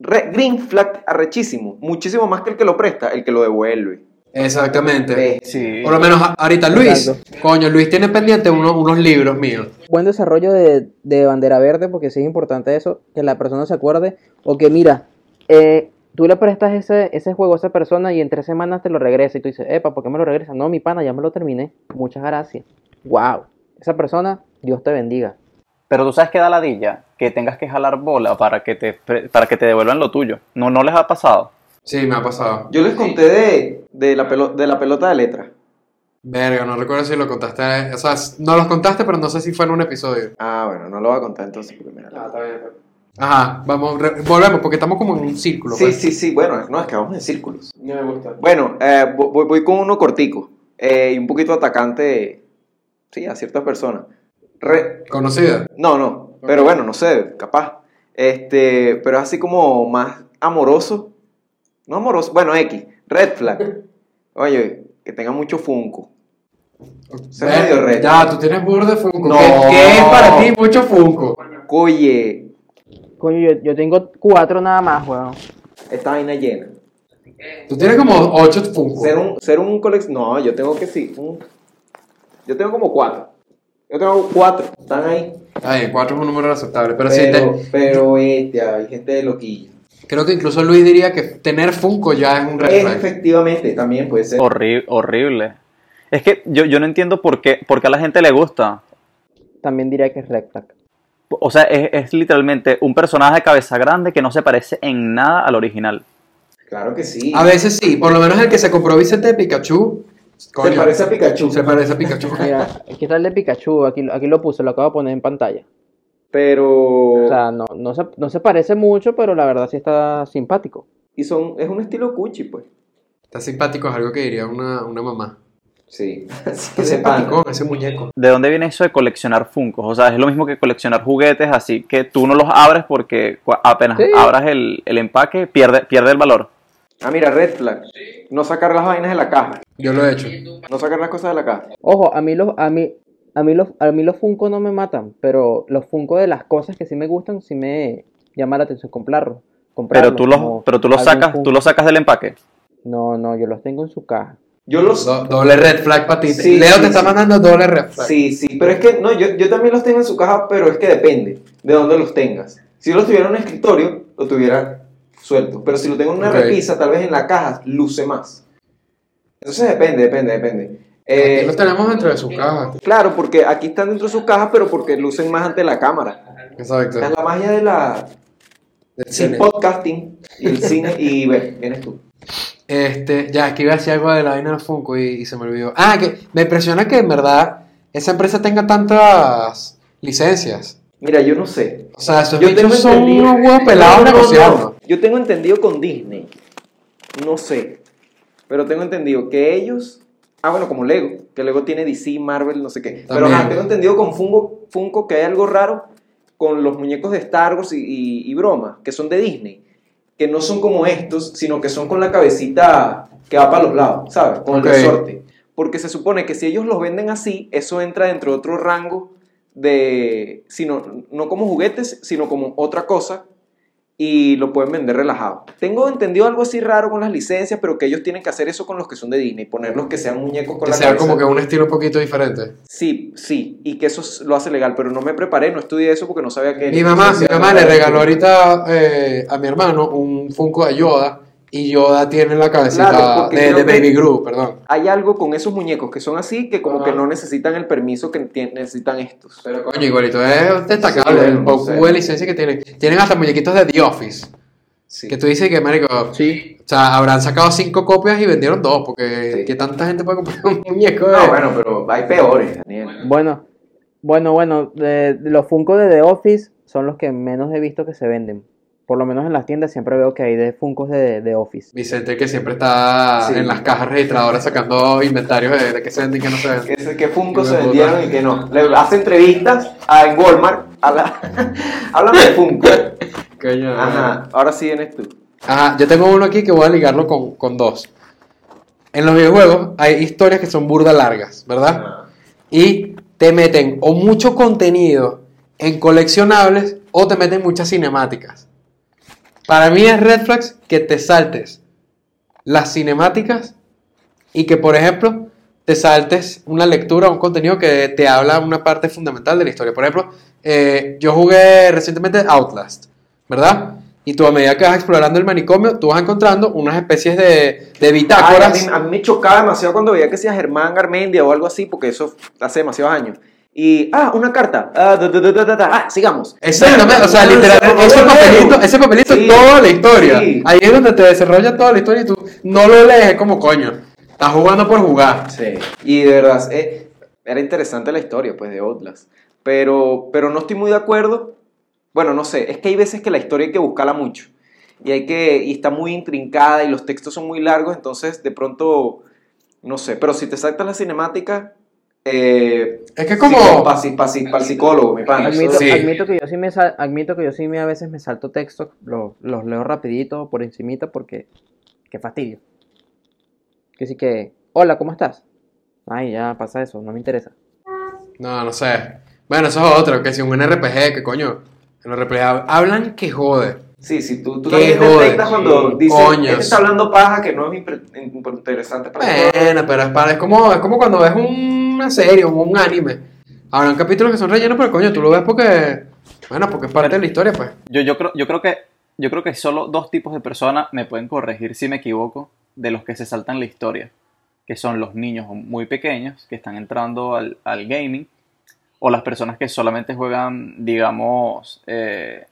Speaker 2: Re- green flag arrechísimo. Muchísimo más que el que lo presta, el que lo devuelve.
Speaker 3: Exactamente.
Speaker 2: Ve.
Speaker 4: Sí.
Speaker 3: Por lo menos a- ahorita Luis,
Speaker 1: Exacto.
Speaker 3: coño, Luis tiene pendiente unos, unos libros míos.
Speaker 1: Buen desarrollo de, de bandera verde, porque sí es importante eso, que la persona se acuerde, o que mira, eh, tú le prestas ese, ese juego a esa persona y en tres semanas te lo regresa y tú dices, epa, ¿por qué me lo regresa? No, mi pana, ya me lo terminé, muchas gracias. Wow, esa persona, Dios te bendiga.
Speaker 4: Pero tú sabes que da ladilla que tengas que jalar bola para que te, pre- para que te devuelvan lo tuyo. No, no les ha pasado.
Speaker 3: Sí, me ha pasado.
Speaker 2: Yo les conté de, de la, pelo- de la pelota de letra.
Speaker 3: Verga, no recuerdo si lo contaste. O sea, s- no los contaste, pero no sé si fue en un episodio.
Speaker 2: Ah, bueno, no lo voy a contar entonces. Porque me da la-
Speaker 3: Ajá, vamos, re- volvemos, porque estamos como en un círculo.
Speaker 2: Sí,
Speaker 3: pues.
Speaker 2: sí, sí, bueno, no, es que vamos en círculos. Bueno, eh, vo- voy, voy con uno cortico eh, y un poquito atacante, sí, a ciertas personas. Re-
Speaker 3: Conocida.
Speaker 2: no, no, pero bueno, no sé, capaz. Este, pero así como más amoroso, no amoroso, bueno, X, red flag. Oye, que tenga mucho funko. Se me dio reto.
Speaker 3: Ya, tú tienes burda de Funko.
Speaker 2: No.
Speaker 3: ¿Qué, qué es para ti mucho Funko?
Speaker 2: Oye,
Speaker 1: Coño, yo, yo tengo cuatro nada más, weón.
Speaker 2: esta vaina llena.
Speaker 3: Tú tienes como ocho Funko.
Speaker 2: Ser un, ser un colec- No, yo tengo que sí. un- Yo tengo como cuatro. Yo tengo cuatro. Están ahí.
Speaker 3: Ay, cuatro es un número aceptable, pero,
Speaker 2: Pero,
Speaker 3: sí,
Speaker 2: pero,
Speaker 3: te-
Speaker 2: este, hay gente de loquilla.
Speaker 3: creo que incluso Luis diría que tener Funko ya es un red flag.
Speaker 2: Efectivamente, también puede ser.
Speaker 4: Horri- horrible. Es que yo, yo no entiendo por qué, por qué a la gente le gusta.
Speaker 1: También diría que es red flag.
Speaker 4: O sea, es, es literalmente un personaje de cabeza grande que no se parece en nada al original.
Speaker 2: Claro que sí.
Speaker 3: A veces sí, por lo menos el que se compró Vicente de Pikachu, Coño,
Speaker 2: Se parece a Pikachu.
Speaker 3: se parece a Pikachu.
Speaker 1: Mira, aquí está el de Pikachu, aquí, aquí lo puse, lo acabo de poner en pantalla.
Speaker 2: Pero.
Speaker 1: O sea, no, no, se, no se parece mucho, pero la verdad sí está simpático.
Speaker 2: y son, es un estilo cuchi, pues.
Speaker 3: Está simpático, es algo que diría una, una mamá.
Speaker 2: Sí. Así
Speaker 3: Está
Speaker 2: de pana.
Speaker 3: simpático ese muñeco.
Speaker 4: ¿De dónde viene eso de coleccionar funcos? O sea, es lo mismo que coleccionar juguetes, así que tú no los abres porque cua- apenas
Speaker 1: Sí.
Speaker 4: abras el, el empaque pierde, pierde el valor.
Speaker 2: Ah, mira, red flag. No sacar las vainas de la caja.
Speaker 3: Yo lo he hecho.
Speaker 2: No sacar las cosas de la caja.
Speaker 1: Ojo, a mí los, a mí, a mí los, a mí los Funko no me matan, pero los Funko de las cosas que sí me gustan, sí me llama la atención comprarlos.
Speaker 4: Pero
Speaker 1: comprarlos,
Speaker 4: tú los,
Speaker 1: como
Speaker 4: pero tú los
Speaker 1: algún
Speaker 4: sacas,
Speaker 1: Funko.
Speaker 4: tú los sacas del empaque.
Speaker 1: No, no, yo los tengo en su caja.
Speaker 2: Yo los.
Speaker 3: Do- doble red flag para ti.
Speaker 2: Sí,
Speaker 3: Leo
Speaker 2: sí,
Speaker 3: te está
Speaker 2: sí.
Speaker 3: mandando doble red flag.
Speaker 2: Sí, sí, pero es que no, yo, yo también los tengo en su caja, pero es que depende de dónde los tengas. Si yo los tuviera en un escritorio, lo tuviera suelto. Pero si lo tengo en una
Speaker 3: Ok.
Speaker 2: repisa, tal vez en la caja, luce más. Entonces depende, depende, depende. Eh,
Speaker 3: Aquí los tenemos dentro de sus cajas.
Speaker 2: claro, porque aquí están dentro de sus cajas, pero porque lucen más ante la cámara.
Speaker 3: Exacto.
Speaker 2: Esta es la magia de la,
Speaker 3: Del
Speaker 2: del
Speaker 3: cine.
Speaker 2: podcasting y el cine. Y ves, vienes tú.
Speaker 3: Este, ya, es que iba a decir algo de la vaina de Funko y, y se me olvidó. Ah, que me impresiona que en verdad esa empresa tenga tantas licencias.
Speaker 2: Mira, yo no sé.
Speaker 3: O sea, esos
Speaker 2: Yo
Speaker 3: bichos
Speaker 2: tengo
Speaker 3: son
Speaker 2: entendido-
Speaker 3: unos huevos pelados
Speaker 2: No, no,
Speaker 3: negociados.
Speaker 2: no. Yo tengo entendido con Disney. No sé. Pero tengo entendido que ellos. Ah, bueno, como Lego. Que Lego tiene DC, Marvel, no sé qué. Pero
Speaker 3: También.
Speaker 2: ajá, tengo entendido con Funko, Funko que hay algo raro con los muñecos de Star Wars y, y, y broma, que son de Disney. Que no son como estos, sino que son con la cabecita que va para los lados, ¿sabes? Con
Speaker 3: Ok.
Speaker 2: el resorte. Porque se supone que si ellos los venden así, eso entra dentro de otro rango de, sino, no como juguetes, sino como otra cosa y lo pueden vender relajado. Tengo entendido algo así raro con las licencias, pero que ellos tienen que hacer eso con los que son de Disney, ponerlos que sean muñecos con
Speaker 3: Que
Speaker 2: la
Speaker 3: sea
Speaker 2: cabeza.
Speaker 3: como que un estilo un poquito diferente.
Speaker 2: Sí, sí, y que eso es- lo hace legal, pero no me preparé, no estudié eso porque no sabía que...
Speaker 3: Mi mamá, mi mamá le regaló ahorita eh, a mi hermano un Funko de Yoda y Yoda tiene la cabecita
Speaker 2: Claro, porque
Speaker 3: de,
Speaker 2: creo
Speaker 3: de
Speaker 2: que-
Speaker 3: Baby Groot, perdón.
Speaker 2: Hay algo con esos muñecos que son así que como
Speaker 3: Ajá.
Speaker 2: que no necesitan el permiso que tie- necesitan estos.
Speaker 3: Pero coño, igualito, es destacable
Speaker 2: Sí,
Speaker 3: el
Speaker 2: no
Speaker 3: poco
Speaker 2: sé.
Speaker 3: de licencia que tienen. Tienen hasta muñequitos de The Office.
Speaker 2: Sí.
Speaker 3: Que tú dices que, marico,
Speaker 1: Sí.
Speaker 3: O sea, habrán sacado cinco copias y vendieron dos, porque
Speaker 2: Sí.
Speaker 3: ¿qué tanta gente puede comprar un muñeco? de-
Speaker 2: No, bueno, pero hay peores, Daniel.
Speaker 1: Bueno, bueno, bueno, de- de los Funko de The Office son los que menos he visto que se venden. Por lo menos en las tiendas siempre veo que hay de Funkos de The Office.
Speaker 3: Vicente que siempre está
Speaker 2: Sí.
Speaker 3: en las cajas registradoras sacando inventarios de, de que se venden y que no se venden.
Speaker 2: que, que Funko
Speaker 3: Hijo
Speaker 2: se
Speaker 3: de
Speaker 2: vendieron
Speaker 3: puta.
Speaker 2: y que no. Le hace entrevistas a, en Walmart. A la... Háblame de Funko.
Speaker 3: Coño,
Speaker 2: Ajá, ahora sí vienes tú.
Speaker 3: Ajá, yo tengo uno aquí que voy a ligarlo con, con dos. En los videojuegos hay historias que son burda largas, ¿verdad? y te meten o mucho contenido en coleccionables o te meten muchas cinemáticas. Para mí es red flags que te saltes las cinemáticas y que, por ejemplo, te saltes una lectura o un contenido que te habla una parte fundamental de la historia. Por ejemplo, eh, yo jugué recientemente Outlast, ¿verdad? Y tú a medida que vas explorando el manicomio, tú vas encontrando unas especies de, de
Speaker 2: Ay, a, mí,
Speaker 3: bitácoras.
Speaker 2: a mí me chocaba demasiado cuando veía que sea Germán Garmendia o algo así, porque eso hace demasiados años. Y, ah, una carta. Ah, da, da, da, da, da, da. Ah, sigamos.
Speaker 3: Exactamente, o sea, literal, ese papelito, ese papelito es
Speaker 2: Sí,
Speaker 3: toda la historia.
Speaker 2: sí.
Speaker 3: Ahí es donde te desarrolla toda la historia y tú no lo lees, es como coño. Estás jugando por jugar.
Speaker 2: Sí. Y de verdad, eh, era interesante la historia, pues, de Outlast. Pero, pero no estoy muy de acuerdo. Bueno, no sé, es que hay veces que la historia hay que buscarla mucho. Y hay que. Y está muy intrincada y los textos son muy largos, entonces de pronto. No sé, pero si te saltas la cinemática. Eh,
Speaker 3: Es que es
Speaker 2: Para
Speaker 3: como.
Speaker 2: el psicólogo, mi pana.
Speaker 1: Admito,
Speaker 2: eso-
Speaker 3: Sí.
Speaker 1: admito que yo sí me sal- admito que yo sí me a veces me salto textos, lo- los leo rapidito por encimita porque qué fastidio. Que sí que, hola, ¿cómo estás? Ay, ya pasa eso, no me interesa.
Speaker 3: No, no sé. Bueno, eso es otro, que si un RPG, que coño. En los RPG hablan que jode.
Speaker 2: Sí, sí, tú, tú
Speaker 3: Qué
Speaker 2: también
Speaker 3: joder,
Speaker 2: detectas cuando
Speaker 3: sí,
Speaker 2: dices
Speaker 3: coños.
Speaker 2: "Este está hablando paja que no es impre- interesante para ti".
Speaker 3: Bueno, pero es, para, es, como, es como cuando ves una serie o un anime. Habrán capítulos que son rellenos, pero coño, tú lo ves porque. Bueno, porque es parte de la historia, pues.
Speaker 4: Yo, yo, creo, yo, creo que, yo creo que solo dos tipos de personas me pueden corregir si me equivoco de los que se saltan la historia, que son los niños muy pequeños que están entrando al, al gaming o las personas que solamente juegan, digamos, eh,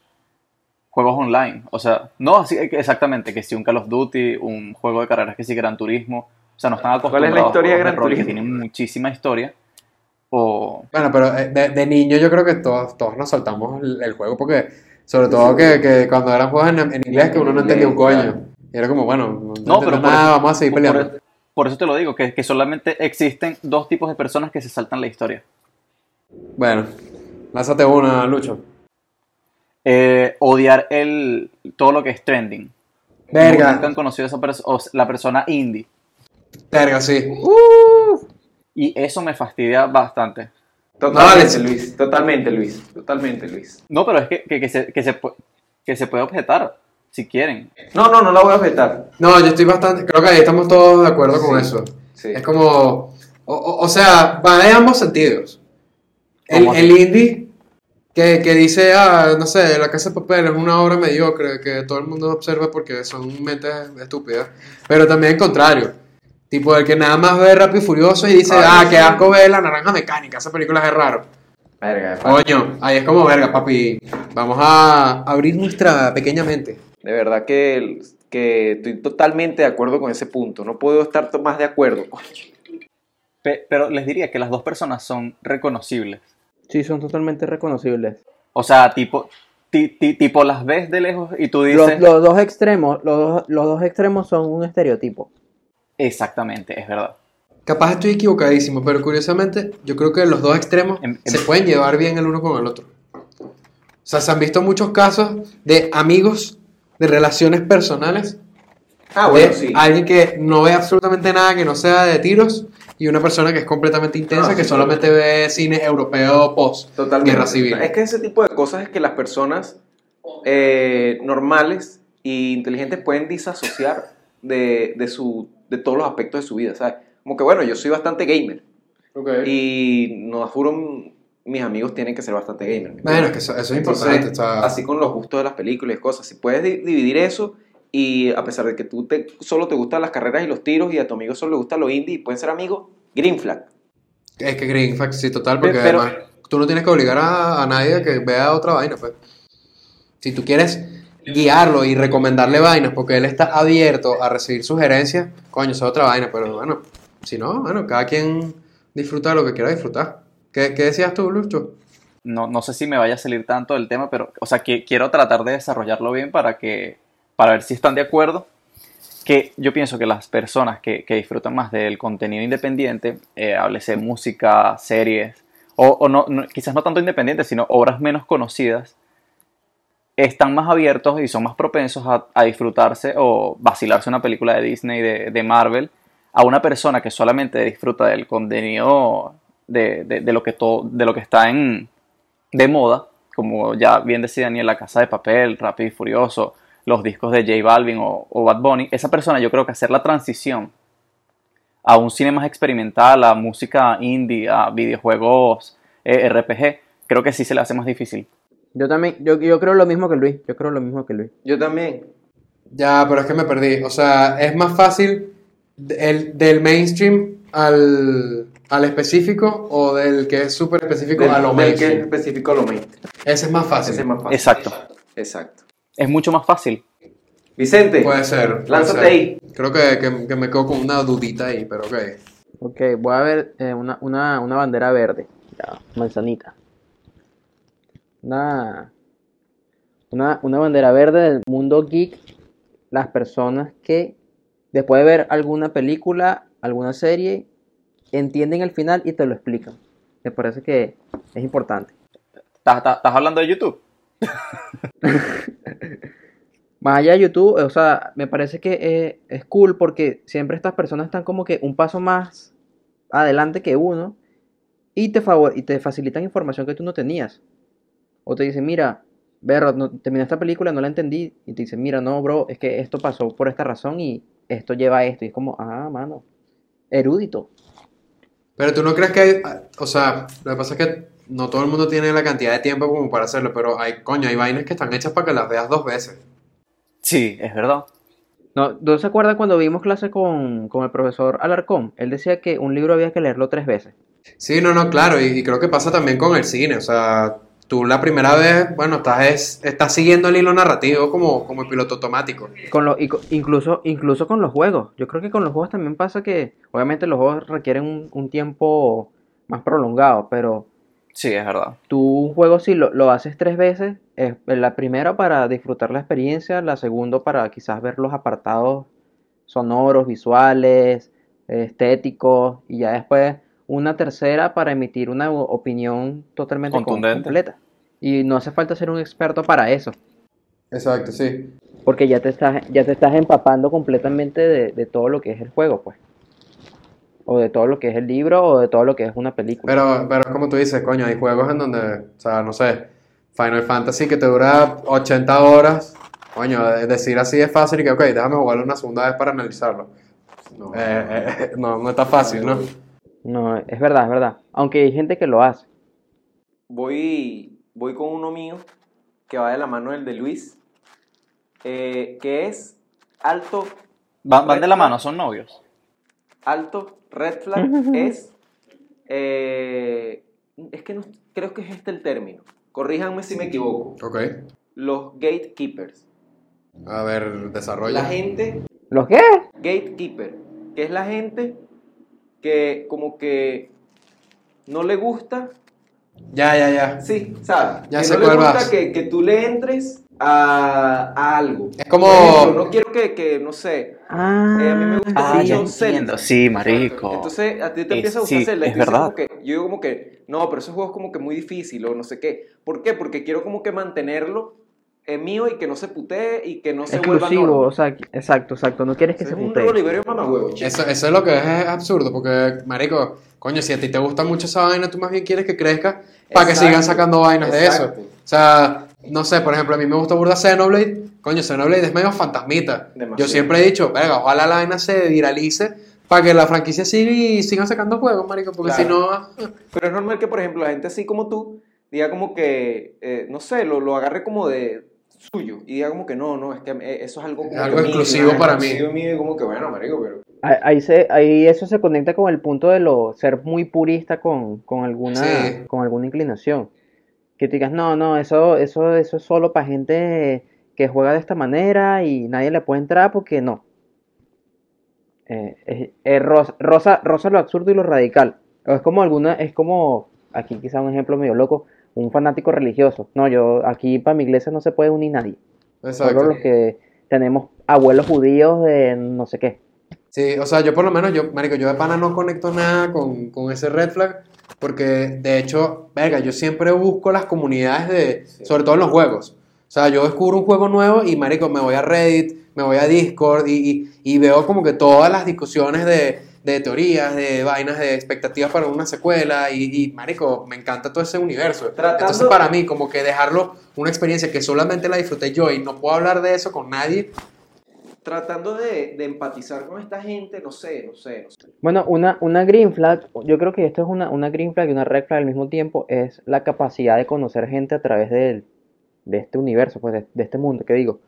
Speaker 4: juegos online. O sea, no así exactamente, que si un Call of Duty, un juego de carreras que si Gran Turismo. O sea, no están
Speaker 2: es la
Speaker 4: acostumbrados
Speaker 2: historia
Speaker 4: a
Speaker 2: de
Speaker 4: juegos
Speaker 2: Gran
Speaker 4: rol que
Speaker 2: Turismo?
Speaker 4: tienen muchísima historia. O
Speaker 3: Bueno, pero eh, de, de niño yo creo que todos, todos nos saltamos el, el juego porque, sobre todo que, que cuando eran juegos en, en inglés que uno no entendía un coño. Y era como, bueno, no,
Speaker 4: No, pero
Speaker 3: entiendo
Speaker 4: por
Speaker 3: nada,
Speaker 4: eso-
Speaker 3: vamos a seguir
Speaker 4: por,
Speaker 3: peleando.
Speaker 4: por eso te lo digo, que, que solamente existen dos tipos de personas que se saltan la historia.
Speaker 3: Bueno, lánzate una, Lucho.
Speaker 4: Eh, odiar el, todo lo que es trending. Nunca han
Speaker 3: Verga,
Speaker 4: conocido a esa perso- o s- la persona indie.
Speaker 3: verga, sí.
Speaker 4: Y eso me fastidia bastante.
Speaker 2: Totalmente,
Speaker 3: Alex.
Speaker 2: Luis. Totalmente, Luis. Totalmente, Luis.
Speaker 4: No, pero es que, que, que se, que, se, pu- que se puede objetar, si quieren.
Speaker 2: No, no, no la voy a vetar.
Speaker 3: No, yo estoy bastante, creo que ahí estamos todos de acuerdo con
Speaker 2: Sí,
Speaker 3: eso.
Speaker 2: sí.
Speaker 3: Es como, o, o- o sea, va de ambos sentidos. El,
Speaker 4: ¿Cómo
Speaker 3: el indie que, que dice, ah, no sé, La Casa de Papel es una obra mediocre que todo el mundo observa porque son mentes estúpidas. Pero también el contrario. Tipo, el que nada más ve Rápido y Furioso y dice,
Speaker 2: Ah,
Speaker 3: ah,
Speaker 2: sí.
Speaker 3: qué asco ver La Naranja Mecánica, esa película es raro.
Speaker 2: Verga,
Speaker 3: Coño, ahí es como, verga, papi, vamos a abrir nuestra pequeña mente.
Speaker 2: De verdad que, que estoy totalmente de acuerdo con ese punto. No puedo estar to- más de acuerdo.
Speaker 4: Pe- pero les diría que las dos personas son reconocibles.
Speaker 1: Sí, son totalmente reconocibles.
Speaker 4: O sea, tipo, ti- ti- tipo las ves de lejos y tú
Speaker 1: Los,
Speaker 4: dices...
Speaker 1: los dos extremos, los, dos- los dos extremos son un estereotipo.
Speaker 4: Exactamente, es verdad.
Speaker 3: Capaz estoy equivocadísimo, pero curiosamente yo creo que los dos extremos
Speaker 4: Em- em-
Speaker 3: se pueden llevar bien el uno con el otro. O sea, se han visto muchos casos de amigos, de relaciones personales,
Speaker 2: Ah,
Speaker 3: de alguien que no ve absolutamente nada que no sea de tiros y una persona que es completamente intensa
Speaker 2: Ah,
Speaker 3: que
Speaker 2: sí,
Speaker 3: solamente ve cine europeo post
Speaker 2: Totalmente.
Speaker 3: guerra civil.
Speaker 2: Es que ese tipo de cosas es que las personas eh, normales e inteligentes pueden disasociar de, de su, de todos los aspectos de su vida, ¿sabes? Como que bueno, yo soy bastante gamer. Y no juro, m- mis amigos tienen que ser bastante gamer. ¿me
Speaker 3: Bueno, es
Speaker 2: entiendes?
Speaker 3: que eso, eso es
Speaker 2: Entonces,
Speaker 3: importante. o sea,
Speaker 2: así con los gustos de las películas y cosas. Si puedes di- dividir eso y a pesar de que tú te, solo te gustan las carreras y los tiros y a tu amigo solo le gusta lo indie y pueden ser amigos, green flag.
Speaker 3: es que Green Fact, sí, total, porque
Speaker 2: Pero-
Speaker 3: además tú no tienes que obligar a, a nadie a que vea otra vaina, pues. Si tú quieres guiarlo y recomendarle vainas porque él está abierto a recibir sugerencias, coño, eso es otra vaina, pero bueno, si no, bueno, cada quien disfruta de lo que quiera disfrutar. ¿Qué, qué decías tú, Lucho?
Speaker 4: No, no sé si me vaya a salir tanto del tema, pero, o sea, que quiero tratar de desarrollarlo bien para que, para ver si están de acuerdo. Que yo pienso que las personas que, que disfrutan más del contenido independiente, eh, háblese música, series, o, o no, no- quizás no tanto independiente, sino obras menos conocidas, están más abiertos y son más propensos a, a disfrutarse o vacilarse una película de Disney, de, de Marvel, a una persona que solamente disfruta del contenido de, de- de lo, que todo, de lo que está en, de moda, como ya bien decía Daniel, La Casa de Papel, Rápido y Furioso, los discos de J Balvin o, o Bad Bunny, esa persona yo creo que hacer la transición a un cine más experimental, a música indie, a videojuegos eh, RPG, creo que sí se le hace más difícil.
Speaker 1: Yo también, yo, yo creo lo mismo que Luis, yo creo lo mismo que Luis.
Speaker 2: Yo también.
Speaker 3: Ya, pero es que me perdí. O sea, es más fácil del, del mainstream al, al específico o del que es súper específico a lo
Speaker 2: del que es
Speaker 3: mainstream.
Speaker 2: específico a lo mainstream.
Speaker 3: Ese es más fácil.
Speaker 2: Ese es más fácil.
Speaker 4: Exacto,
Speaker 2: Exacto.
Speaker 4: es mucho más fácil.
Speaker 2: Vicente,
Speaker 3: Puede ser. puede
Speaker 2: lánzate
Speaker 3: ser.
Speaker 2: ahí.
Speaker 3: Creo que, que- que me quedo con una dudita ahí, pero ok.
Speaker 1: Ok, voy a ver eh, una, una, una bandera verde. Ya, manzanita. Una, una, una bandera verde del mundo geek. Las personas que, después de ver alguna película, alguna serie, entienden el final y te lo explican. Me parece que es importante.
Speaker 4: ¿Estás, estás- estás hablando de YouTube?
Speaker 1: Más allá de YouTube, eh, o sea, me parece que eh, es cool porque siempre estas personas están como que un paso más adelante que uno y te, favor y te facilitan información que tú no tenías. O te dicen, mira, Berro, no, terminé esta película, no la entendí. Y te dicen, mira, no, bro, es que esto pasó por esta razón y esto lleva a esto. Y es como, ah, mano, erudito.
Speaker 3: Pero tú no crees que hay. O sea, lo que pasa es que no todo el mundo tiene la cantidad de tiempo como para hacerlo, pero hay, coño, hay vainas que están hechas para que las veas dos veces.
Speaker 4: Sí, es verdad.
Speaker 1: ¿No, ¿no se acuerdan cuando vimos clase con, con el profesor Alarcón? Él decía que un libro había que leerlo tres veces.
Speaker 3: Sí, no, no, claro, y, y creo que pasa también con el cine, o sea, tú la primera vez, bueno, estás, es- estás siguiendo el hilo narrativo como, como piloto automático.
Speaker 1: Con los, y co- incluso, incluso con los juegos. Yo creo que con los juegos también pasa que, obviamente, los juegos requieren un, un tiempo más prolongado, pero
Speaker 4: Sí, es verdad.
Speaker 1: tú un juego si lo, lo haces tres veces, es la primera para disfrutar la experiencia, la segunda para quizás ver los apartados sonoros, visuales, estéticos, y ya después una tercera para emitir una o- opinión totalmente com-
Speaker 4: Contundente.
Speaker 1: completa. Y no hace falta ser un experto para eso.
Speaker 3: Exacto, sí.
Speaker 1: Porque ya te estás, ya te estás empapando completamente de, de todo lo que es el juego, pues. O de todo lo que es el libro, o de todo lo que es una película.
Speaker 3: Pero, pero como tú dices, coño, hay juegos en donde, o sea, no sé, Final Fantasy que te dura 80 horas, coño, de- decir así es fácil y que, ok, déjame jugarlo una segunda vez para analizarlo.
Speaker 2: No.
Speaker 3: Eh, eh, no, no está fácil, ¿no?
Speaker 1: No, es verdad, es verdad. Aunque hay gente que lo hace.
Speaker 2: Voy, voy con uno mío que va de la mano del de Luis, eh, que es alto,
Speaker 4: Van, van de la mano, son novios.
Speaker 2: alto, red flag es... eh, es que no, creo que es este el término. Corríjanme si me equivoco.
Speaker 3: Ok,
Speaker 2: Los gatekeepers.
Speaker 3: a ver, desarrolla.
Speaker 2: La gente
Speaker 1: ¿Los qué?
Speaker 2: gatekeeper, que es la gente que como que no le gusta,
Speaker 3: Ya, ya, ya.
Speaker 2: sí, ¿sabes?
Speaker 3: Ya
Speaker 2: que
Speaker 3: sé
Speaker 2: no
Speaker 3: cuál
Speaker 2: le gusta
Speaker 3: vas.
Speaker 2: que, que tú le entres a, a algo.
Speaker 3: Es como-
Speaker 2: Por ejemplo, no quiero que, que, no sé,
Speaker 1: Ah,
Speaker 2: eh, a mí me gusta
Speaker 4: Ah,
Speaker 2: mucho
Speaker 4: ya
Speaker 2: Zelda.
Speaker 4: entiendo. Sí, marico.
Speaker 2: Entonces a ti te
Speaker 4: Es-
Speaker 2: empieza a gustar
Speaker 4: sí,
Speaker 2: Zelda y
Speaker 4: es
Speaker 2: tú dices
Speaker 4: verdad.
Speaker 2: como que- yo digo como que, no, pero esos juegos como que muy difícil o no sé qué. ¿Por qué? Porque quiero como que mantenerlo en mío y que no se putee y que no se vuelva
Speaker 1: exclusivo,
Speaker 2: norma.
Speaker 1: o sea, exacto, exacto. No quieres que
Speaker 2: Eso
Speaker 1: se
Speaker 2: es un
Speaker 1: putee.
Speaker 2: revolverio mamahuevo, chico.
Speaker 3: Eso, eso es lo que es, es absurdo, porque, marico, coño, si a ti te gusta mucho esa vaina, tú más bien quieres que crezca para que
Speaker 2: Exacto,
Speaker 3: sigan sacando vainas de
Speaker 2: exacto.
Speaker 3: eso. O sea, no sé, por ejemplo, a mí me gusta burda Xenoblade. Coño, Xenoblade es medio fantasmita.
Speaker 2: Demasiado.
Speaker 3: Yo siempre he dicho, verga, ojalá la vaina se viralice para que la franquicia siga y sigan sacando juegos, marico, porque
Speaker 2: Claro.
Speaker 3: si no... ah,
Speaker 2: Pero es normal que, por ejemplo, la gente así como tú diga como que, eh, no sé, lo, lo agarre como de suyo y diga como que no, no, es que eh, eso es algo como
Speaker 3: Es algo
Speaker 2: que mío,
Speaker 3: exclusivo
Speaker 2: ¿no?
Speaker 3: para mí.
Speaker 2: Exclusivo mío y como que bueno, marico, pero
Speaker 1: Ahí, ahí se, ahí eso se conecta con el punto de lo, ser muy purista con, con alguna,
Speaker 3: Sí.
Speaker 1: con alguna inclinación. Que te digas, no, no, eso, eso, eso es solo para gente que juega de esta manera y nadie le puede entrar porque no. Eh, es- es rosa, rosa, rosa lo absurdo y lo radical. O es como alguna, es como, aquí quizá un ejemplo medio loco, un fanático religioso. No, yo, aquí para mi iglesia no se puede unir nadie. Solo los
Speaker 3: Exacto.
Speaker 1: que tenemos abuelos judíos de no sé qué.
Speaker 3: Sí, o sea, yo por lo menos, yo, marico, yo de pana no conecto nada con, con ese red flag, porque de hecho, verga, yo siempre busco las comunidades de,
Speaker 2: Sí.
Speaker 3: sobre todo en los juegos. O sea, yo descubro un juego nuevo y, marico, me voy a Reddit, me voy a Discord y, y- y veo como que todas las discusiones de, de teorías, de vainas, de expectativas para una secuela y, y, marico, me encanta todo ese universo.
Speaker 2: Tratando-
Speaker 3: Entonces, para mí, como que dejarlo una experiencia que solamente la disfruté yo y no puedo hablar de eso con nadie,
Speaker 2: tratando de, de empatizar con esta gente, no sé, no sé, no sé.
Speaker 1: Bueno, una, una green flag, yo creo que esto es una, una green flag y una red flag al mismo tiempo, es la capacidad de conocer gente a través del, de este universo, pues de, de este mundo, que digo.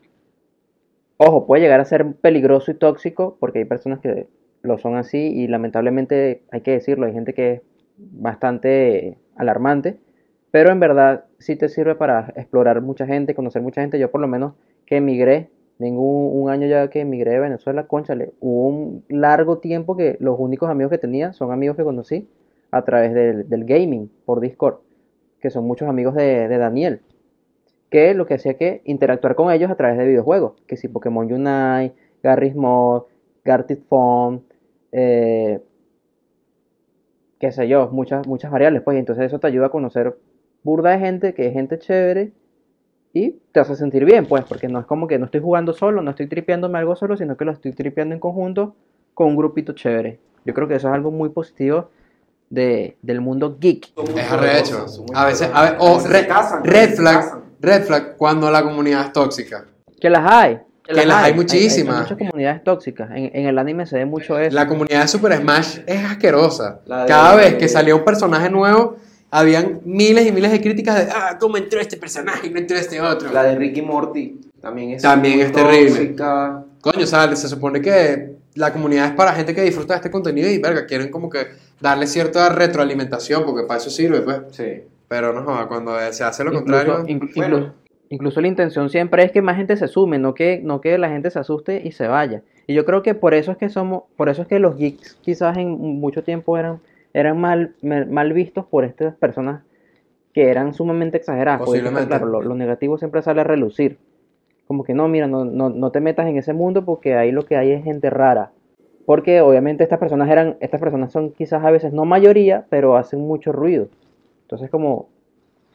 Speaker 1: Ojo, puede llegar a ser peligroso y tóxico, porque hay personas que lo son así y lamentablemente hay que decirlo, hay gente que es bastante alarmante, pero en verdad sí te sirve para explorar mucha gente, conocer mucha gente. Yo por lo menos que emigré, ningún un año ya que emigré de Venezuela, conchale, hubo un largo tiempo que los únicos amigos que tenía son amigos que conocí a través del, del gaming por Discord, que son muchos amigos de, de Daniel, que lo que hacía que interactuar con ellos a través de videojuegos, que si Pokémon Unite, Garry's Mod, Gartic Phone, eh, qué sé yo, muchas, muchas variables, pues y entonces eso te ayuda a conocer burda de gente, que es gente chévere, y te hace sentir bien, pues, porque no es como que no estoy jugando solo, no estoy tripeándome algo solo, sino que lo estoy tripeando en conjunto con un grupito chévere. Yo creo que eso es algo muy positivo de, del mundo geek.
Speaker 3: Es arrecho. A veces, a ve- o red, red flag, red flag cuando la comunidad es tóxica.
Speaker 1: Que las hay.
Speaker 3: Que las hay muchísimas.
Speaker 1: muchas comunidades tóxicas. En, en el anime se ve mucho eso.
Speaker 3: La comunidad de Super Smash es asquerosa.
Speaker 2: La de-
Speaker 3: Cada vez que salía un personaje nuevo, habían miles y miles de críticas de, ah, ¿cómo entró este personaje y no entró este otro?
Speaker 2: La de Ricky Morty también es,
Speaker 3: También
Speaker 2: muy
Speaker 3: es terrible.
Speaker 2: tóxica.
Speaker 3: Coño, o sea, se supone que la comunidad es para gente que disfruta de este contenido y, verga, quieren como que darle cierta retroalimentación, porque para eso sirve, pues.
Speaker 2: Sí.
Speaker 3: Pero no joda, cuando eh, se hace lo
Speaker 1: Incluso,
Speaker 3: contrario.
Speaker 1: inclu-
Speaker 2: Bueno.
Speaker 1: inclu- incluso la intención siempre es que más gente se sume, no que, no que la gente se asuste y se vaya. Y yo creo que por eso es que somos, por eso es que los geeks quizás en mucho tiempo eran, eran mal, mal mal vistos por estas personas que eran sumamente exageradas. porque siempre,
Speaker 3: Posiblemente.
Speaker 1: claro, lo, lo negativo siempre sale a relucir. Como que no, mira, no, no, no te metas en ese mundo porque ahí lo que hay es gente rara. Porque obviamente estas personas eran, estas personas son quizás a veces no mayoría, pero hacen mucho ruido. Entonces como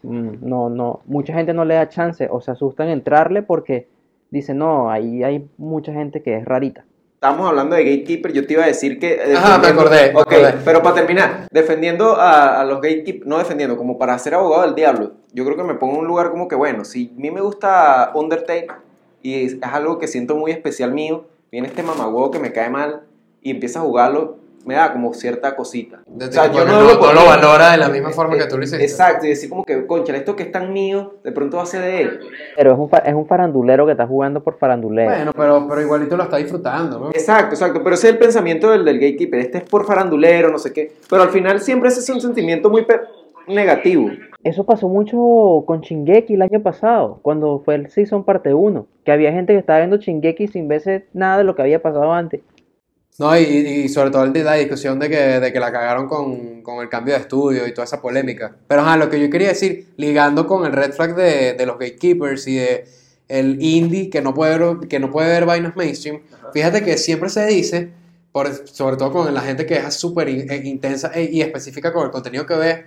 Speaker 1: mm, no, no, mucha gente no le da chance o se asustan a entrarle porque dicen, no, ahí hay mucha gente que es rarita.
Speaker 2: Estábamos hablando de gatekeeper, yo te iba a decir que... eh,
Speaker 3: Ajá, me
Speaker 2: defendiendo-
Speaker 3: acordé, me
Speaker 2: Ok,
Speaker 3: acordé.
Speaker 2: pero para terminar, defendiendo a, a los gatekeepers, no defendiendo, como para ser abogado del diablo, yo creo que me pongo en un lugar como que, bueno, si a mí me gusta Undertale y es, es algo que siento muy especial mío, viene este mamagüevo que me cae mal y empieza a jugarlo, me da como cierta cosita.
Speaker 3: desde
Speaker 2: O sea,
Speaker 3: que-
Speaker 2: yo
Speaker 3: porque
Speaker 2: no hablo
Speaker 3: no
Speaker 2: con-
Speaker 3: lo valora de la misma forma que tú lo hiciste.
Speaker 2: Eh, Exacto, y decir como que, concha, esto que es tan mío, de pronto va a ser de él.
Speaker 1: Pero es un, fa- es un farandulero que está jugando por farandulero.
Speaker 3: Bueno, pero, pero igualito lo está disfrutando, ¿no?
Speaker 2: Exacto, exacto, pero ese es el pensamiento del, del gatekeeper, este es por farandulero, no sé qué, pero al final siempre ese es un sentimiento muy pe- negativo.
Speaker 1: Eso pasó mucho con Shingeki el año pasado, cuando fue el Season parte 1, que había gente que estaba viendo Shingeki sin verse nada de lo que había pasado antes.
Speaker 3: No, y, y sobre todo el de la discusión de que, de que la cagaron con, con el cambio de estudio y toda esa polémica. Pero ajá, lo que yo quería decir, ligando con el red flag de, de los gatekeepers y de el indie que no puede ver, que no puede ver vainas mainstream, fíjate que siempre se dice, por- sobre todo con la gente que es súper in- eh, intensa e- y específica con el contenido que ve,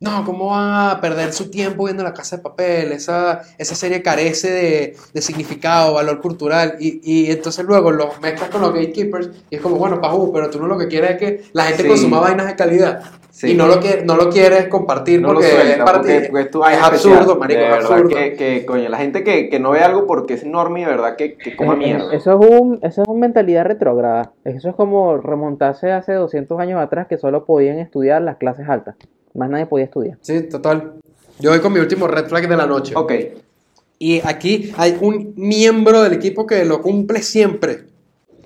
Speaker 3: no, ¿cómo van a perder su tiempo viendo La Casa de Papel? Esa, esa serie carece de, de significado, valor cultural. Y, y entonces luego los mezclas con los gatekeepers y es como, bueno, Pajú, pero tú no lo que quieres es que la gente
Speaker 2: Sí.
Speaker 3: consuma vainas de calidad.
Speaker 2: Sí.
Speaker 3: Y no lo, que, no lo quieres compartir
Speaker 2: No lo
Speaker 3: porque
Speaker 2: suelta,
Speaker 3: es, parti-
Speaker 2: porque- porque tú-
Speaker 3: es
Speaker 2: ay,
Speaker 3: absurdo,
Speaker 2: especial.
Speaker 3: marico,
Speaker 2: De
Speaker 3: es
Speaker 2: verdad
Speaker 3: absurdo.
Speaker 2: Que, que, coño, la gente que, que no ve algo porque es normie, de verdad, que, que coma
Speaker 1: Eh,
Speaker 2: mierda.
Speaker 1: Eso es, un, eso es una mentalidad retrógrada. Eso es como remontarse hace 200 años atrás que solo podían estudiar las clases altas. Más nadie podía estudiar.
Speaker 3: Sí, total. Yo voy con mi último red flag de la noche.
Speaker 2: Ok,
Speaker 3: Y aquí hay un miembro del equipo que lo cumple siempre.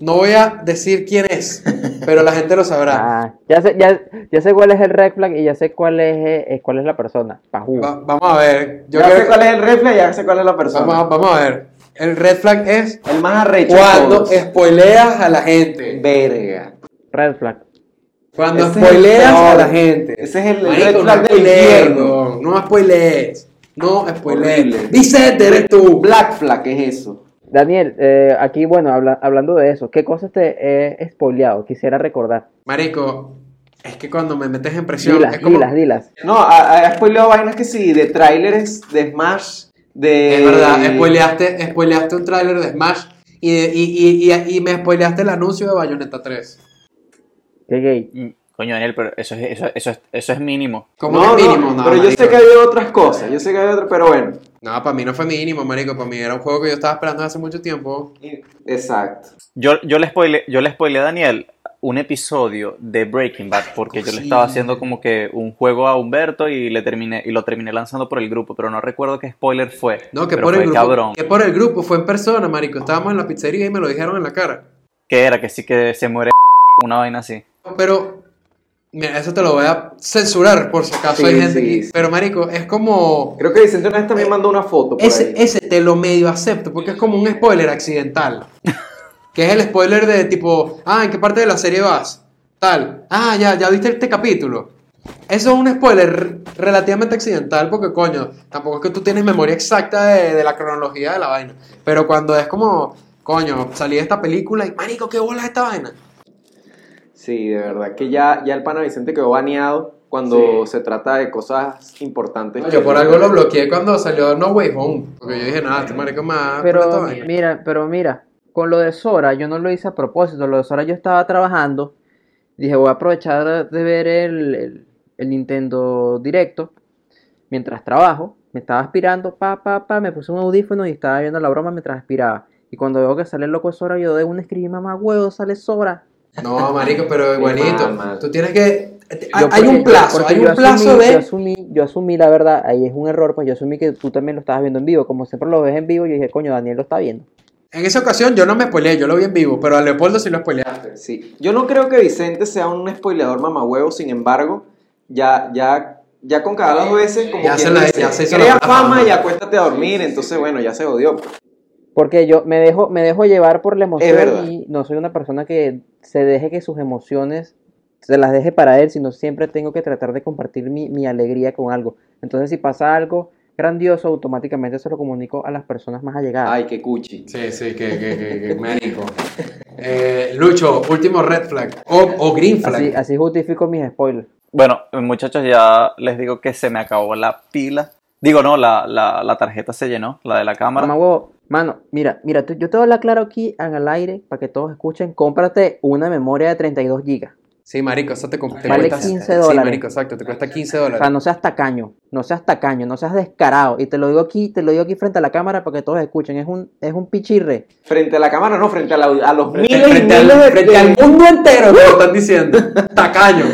Speaker 3: No voy a decir quién es, pero la gente lo sabrá.
Speaker 1: Ah, ya, sé, ya, ya sé cuál es el red flag y ya sé cuál es, eh, eh, cuál es la persona. Pajú.
Speaker 3: Va- vamos a ver. Yo
Speaker 2: ya
Speaker 3: creo-
Speaker 2: sé cuál es el reflex, ya sé cuál es la persona.
Speaker 3: Vamos, a- vamos a ver. El red flag es
Speaker 2: el más arrecho de
Speaker 3: cuando
Speaker 2: todos.
Speaker 3: spoileas a la gente.
Speaker 2: Verga.
Speaker 1: Red flag.
Speaker 3: Cuando
Speaker 2: Ese es el
Speaker 3: spoileas
Speaker 2: peor.
Speaker 3: a la gente.
Speaker 2: Ese es el
Speaker 3: Marico,
Speaker 2: red flag
Speaker 3: no
Speaker 2: del
Speaker 3: spoilees,
Speaker 2: infierno.
Speaker 3: weón. No spoilees. No
Speaker 2: Horrible.
Speaker 3: spoilees. Vicente, eres tú.
Speaker 2: Black flag es eso.
Speaker 1: Daniel, eh, aquí, bueno, habla- hablando de eso, ¿qué cosas te he spoileado? Quisiera recordar.
Speaker 3: Marico, es que cuando me metes en presión
Speaker 1: Dilas,
Speaker 3: es como...
Speaker 1: dilas, dilas.
Speaker 2: No, ha ha spoileado vainas que sí, de trailers, de Smash, de...
Speaker 3: Es verdad, spoileaste, spoileaste un tráiler de Smash y, de- y, y, y, y me spoileaste el anuncio de Bayonetta 3.
Speaker 1: Qué gay.
Speaker 4: Mm, Coño, Daniel, pero eso es, eso, eso es, eso es mínimo.
Speaker 3: Como
Speaker 2: no,
Speaker 3: que
Speaker 2: no,
Speaker 3: mínimo, no,
Speaker 2: pero yo
Speaker 3: marico.
Speaker 2: sé que había otras cosas, yo sé que había otras, pero bueno.
Speaker 3: No, para mí no fue mínimo, marico. Para mí era un juego que yo estaba esperando hace mucho tiempo.
Speaker 2: Exacto.
Speaker 4: Yo, yo, le spoile, yo le spoileé a Daniel un episodio de Breaking Bad porque yo le estaba haciendo como que un juego a Humberto y le terminé y lo terminé lanzando por el grupo, pero no recuerdo qué spoiler fue.
Speaker 3: No, que
Speaker 4: pero
Speaker 3: por el
Speaker 4: fue
Speaker 3: grupo.
Speaker 4: cabrón.
Speaker 3: Que por el grupo, fue en persona, marico. Estábamos en la pizzería y me lo dijeron en la cara.
Speaker 4: Que era que sí que se muere una vaina así.
Speaker 3: Pero, mira, eso te lo voy a censurar por si acaso
Speaker 2: Sí,
Speaker 3: hay gente.
Speaker 2: sí,
Speaker 3: aquí.
Speaker 2: sí.
Speaker 3: Pero, marico, es como.
Speaker 2: Creo que Vicente una vez también mandó una foto por
Speaker 3: Ese,
Speaker 2: ahí.
Speaker 3: ese te lo medio acepto porque es como un spoiler accidental. que es el spoiler de tipo, ah, ¿en qué parte de la serie vas? Tal. Ah, ya, ya viste este capítulo. Eso es un spoiler re- relativamente accidental porque, coño, tampoco es que tú tienes memoria exacta de, de la cronología de la vaina. Pero cuando es como, coño, salí de esta película y, marico, qué bola es esta vaina.
Speaker 2: Sí, de verdad que ya, ya el pana Vicente quedó baneado cuando se trata de cosas importantes.
Speaker 3: Yo por algo lo bloqueé cuando salió No Way Home. Porque yo dije, nada, este marico más. esta
Speaker 1: Pero
Speaker 3: vaina".
Speaker 1: mira, pero mira, con lo de Sora, yo no lo hice a propósito, lo de Sora yo estaba trabajando, dije voy a aprovechar de ver el, el- el Nintendo directo mientras trabajo, me estaba aspirando, pa, pa, pa, me puse un audífono y estaba viendo la broma mientras aspiraba. Y cuando veo que sale el loco de Sora, yo de un escribí, mamá huevo, sale Sora.
Speaker 3: No, marico, pero igualito.
Speaker 2: mal.
Speaker 3: Tú tienes que. Hay,
Speaker 1: Yo
Speaker 3: hay
Speaker 1: porque-
Speaker 3: un plazo,
Speaker 1: porque
Speaker 3: hay
Speaker 1: yo
Speaker 3: un plazo
Speaker 1: asumí- Yo
Speaker 3: de.
Speaker 1: asumí, yo asumí, la verdad, ahí es un error, pues yo asumí que tú también lo estabas viendo en vivo, como siempre lo ves en vivo, yo dije, coño, Daniel lo está viendo.
Speaker 3: En esa ocasión yo no me spoileé, yo lo vi en vivo, pero a Leopoldo sí lo spoileé.
Speaker 2: Sí. Yo no creo que Vicente sea un spoileador mamahuevo, sin embargo, ya, ya, ya con cada dos veces, como
Speaker 3: Ya
Speaker 2: quien
Speaker 3: se la-
Speaker 2: dice,
Speaker 3: ya se hizo la
Speaker 2: crea
Speaker 3: mala
Speaker 2: fama
Speaker 3: fama.
Speaker 2: y acuéstate a dormir, entonces bueno, ya se odió. pues.
Speaker 1: Porque yo me dejo, me dejo llevar por la
Speaker 2: Es verdad.
Speaker 1: emoción y no soy una persona que se deje que sus emociones se las deje para él, sino siempre tengo que tratar de compartir mi, mi alegría con algo. Entonces, si pasa algo grandioso, automáticamente se lo comunico a las personas más allegadas.
Speaker 2: Ay, qué cuchi.
Speaker 3: Sí, sí, que, que, que, que marico. Eh, Lucho, último red flag o, o green flag.
Speaker 1: así, así justifico mis spoilers.
Speaker 4: Bueno, muchachos, ya les digo que se me acabó la pila. Digo, no, la, la, la tarjeta se llenó, la de la cámara.
Speaker 1: Mamá huevo, mano, mira, mira, tú- yo te voy a hablar claro aquí en el aire para que todos escuchen. Cómprate una memoria de 32 gigas.
Speaker 3: Sí, marico, eso te, com- te
Speaker 1: Vale
Speaker 3: cuesta
Speaker 1: 15
Speaker 3: Sí,
Speaker 1: dólares.
Speaker 3: marico, exacto, te cuesta 15
Speaker 1: O sea,
Speaker 3: dólares.
Speaker 1: no seas tacaño, no seas tacaño, no seas descarado. Y te lo digo aquí, te lo digo aquí frente a la cámara para que todos escuchen. Es un, es un pichirre.
Speaker 2: Frente a la cámara, no, frente a, la- a los
Speaker 3: Frente,
Speaker 2: miles y
Speaker 3: frente
Speaker 2: miles de-
Speaker 3: al, frente al mundo entero te lo están diciendo. Tacaño.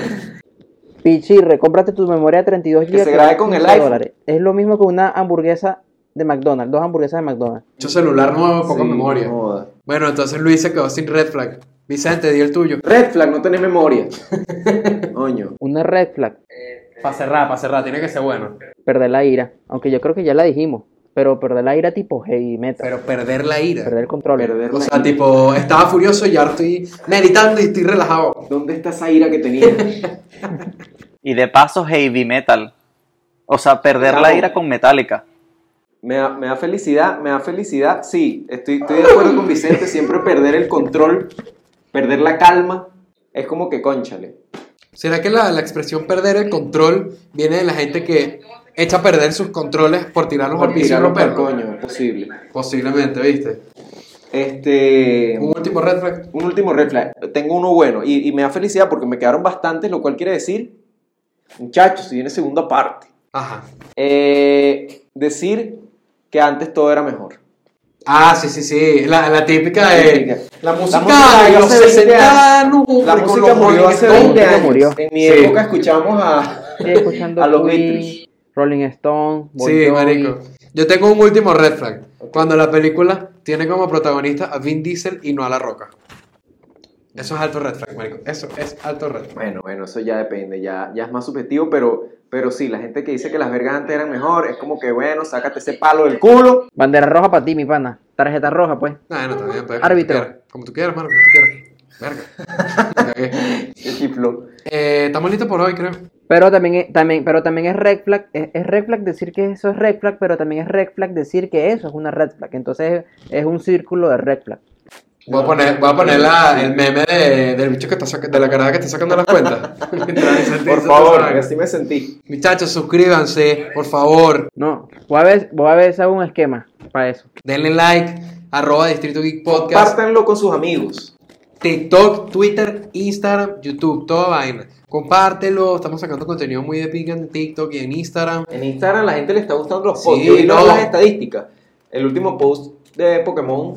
Speaker 1: Pichirre, cómprate tu memoria de 32
Speaker 2: Que se
Speaker 1: GB.
Speaker 2: grabe con el iPhone.
Speaker 1: Es lo mismo que una hamburguesa de McDonald's, dos hamburguesas de McDonald's.
Speaker 3: Mucho celular nuevo, poca
Speaker 2: Sí,
Speaker 3: memoria.
Speaker 2: no joda.
Speaker 3: Bueno, entonces Luis se quedó sin red flag. Vicente, di el tuyo.
Speaker 2: Red flag, no tenés memoria. Coño.
Speaker 1: Una red flag,
Speaker 3: Para cerrar, para cerrar, tiene que ser bueno.
Speaker 1: perder la ira. Aunque yo creo que ya la dijimos, pero perder la ira tipo heavy metal,
Speaker 3: Pero perder la ira.
Speaker 1: perder el control.
Speaker 2: Perder
Speaker 3: O
Speaker 2: la-
Speaker 3: sea, tipo, estaba furioso y ahora estoy meditando y estoy relajado.
Speaker 2: ¿Dónde está esa ira que tenía?
Speaker 4: Y de paso, heavy metal. O sea, perder la
Speaker 2: Chamo.
Speaker 4: ira con Metallica.
Speaker 2: Me da, me da felicidad, me da felicidad, sí, estoy, estoy de acuerdo con Vicente, siempre perder el control, perder la calma, es como que conchale.
Speaker 3: ¿Será que la, la expresión perder el control viene de la gente que echa a perder sus controles por tirarlos al
Speaker 2: Por
Speaker 3: piso y
Speaker 2: tirarlo para el
Speaker 3: romperlos?
Speaker 2: coño, es posible.
Speaker 3: Posiblemente, ¿viste?
Speaker 2: Este,
Speaker 3: Un último red flag.
Speaker 2: un último red flag, tengo uno bueno, y, y me da felicidad porque me quedaron bastantes, lo cual quiere decir, muchachos, si viene segunda parte,
Speaker 3: Ajá.
Speaker 2: Eh, decir que antes todo era mejor.
Speaker 3: Ah, sí, sí, sí. La, la típica de. La música
Speaker 2: Eh, música
Speaker 3: de
Speaker 2: de
Speaker 3: los
Speaker 2: hace 20
Speaker 3: 60 no,
Speaker 2: La
Speaker 3: con
Speaker 2: música
Speaker 3: los
Speaker 2: murió hace
Speaker 3: Rolling
Speaker 2: 20
Speaker 3: Stones.
Speaker 2: años.
Speaker 1: murió.
Speaker 2: En mi
Speaker 3: Sí.
Speaker 2: época escuchábamos a...
Speaker 1: Estoy escuchando
Speaker 2: A los
Speaker 1: Queen,
Speaker 2: Beatles.
Speaker 1: Rolling Stone, Bon
Speaker 3: Sí,
Speaker 1: Jovi.
Speaker 3: marico. Yo tengo un último red flag. Cuando la película tiene como protagonista a Vin Diesel y no a La Roca. Eso es alto red flag, marico. Eso es alto red flag.
Speaker 2: Bueno, bueno, eso ya depende, ya, ya es más subjetivo, pero, pero sí, la gente que dice que las vergas antes eran mejor, es como que, bueno, sácate ese palo del culo.
Speaker 1: Bandera roja para ti, mi pana. Tarjeta roja, pues.
Speaker 3: No, no, también. pues,
Speaker 1: Árbitro.
Speaker 3: Como tú quieras, como tú quieras, mano, como tú quieras. Verga. Me cagué.
Speaker 2: El chiflo.
Speaker 3: Eh, estamos listos por hoy, creo.
Speaker 1: Pero también, es- también, pero también es red flag, es, es red flag decir que eso es red flag, pero también es red flag decir que eso es una red flag. Entonces es, es un círculo de red flag.
Speaker 3: Voy a poner, voy a poner la- el meme de- del bicho que está saca- de la carada que está sacando las cuentas.
Speaker 2: Por favor, que así me sentí.
Speaker 3: Muchachos, suscríbanse, por favor.
Speaker 1: No, voy a ver, voy a ver si hago un esquema para eso.
Speaker 3: Denle like, arroba Distrito Geek Podcast.
Speaker 2: Compártanlo con sus amigos.
Speaker 3: TikTok, Twitter, Instagram, YouTube, toda vaina. Compártelo, estamos sacando contenido muy de pica en TikTok y en Instagram.
Speaker 2: En Instagram la gente le está gustando los
Speaker 3: Sí,
Speaker 2: posts. Yo vi
Speaker 3: no.
Speaker 2: las estadísticas. El último post de Pokémon.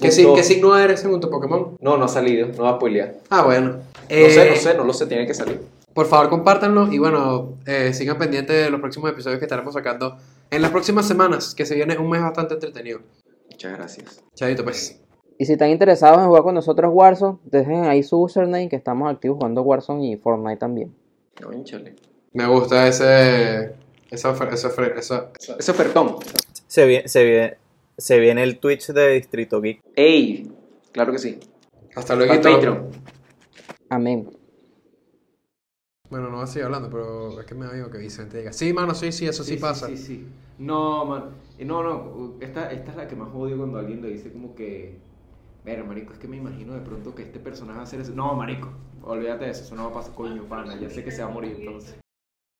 Speaker 3: ¿Qué, si-
Speaker 2: punto-
Speaker 3: qué signo eres según tu Pokémon?
Speaker 2: No, no ha salido, no va a spoilear.
Speaker 3: Ah, bueno.
Speaker 2: No
Speaker 3: Eh,
Speaker 2: sé, no sé, no lo sé, tiene que salir.
Speaker 3: Por favor, compártanlo y bueno, eh, sigan pendientes de los próximos episodios que estaremos sacando en las próximas semanas, que se viene un mes bastante entretenido.
Speaker 2: Muchas gracias.
Speaker 3: Chadito, pues.
Speaker 1: Y si están interesados en jugar con nosotros Warzone, dejen ahí su username que estamos activos jugando Warzone y Fortnite también.
Speaker 2: Cónchale.
Speaker 3: Me gusta ese. Esa ofer- esa ofer- esa-
Speaker 2: Ese ofertón.
Speaker 4: Se viene, se viene, se viene el Twitch de Distrito Geek.
Speaker 2: Ey, claro que sí.
Speaker 3: Hasta
Speaker 2: Para
Speaker 3: luego.
Speaker 2: Patreon.
Speaker 1: Amén.
Speaker 3: Bueno, no voy a seguir hablando, pero es que me oigo que Vicente diga. Sí, mano, sí, sí, eso sí, pasa.
Speaker 5: Sí, sí. No, man. Eh, No, no. Esta, esta es la que más odio cuando alguien le dice como que. Ver, marico, es que me imagino de pronto que este personaje va a hacer eso. No, marico. Olvídate de eso. Eso no va a pasar, coño, pana. Ya sé que se va a morir entonces.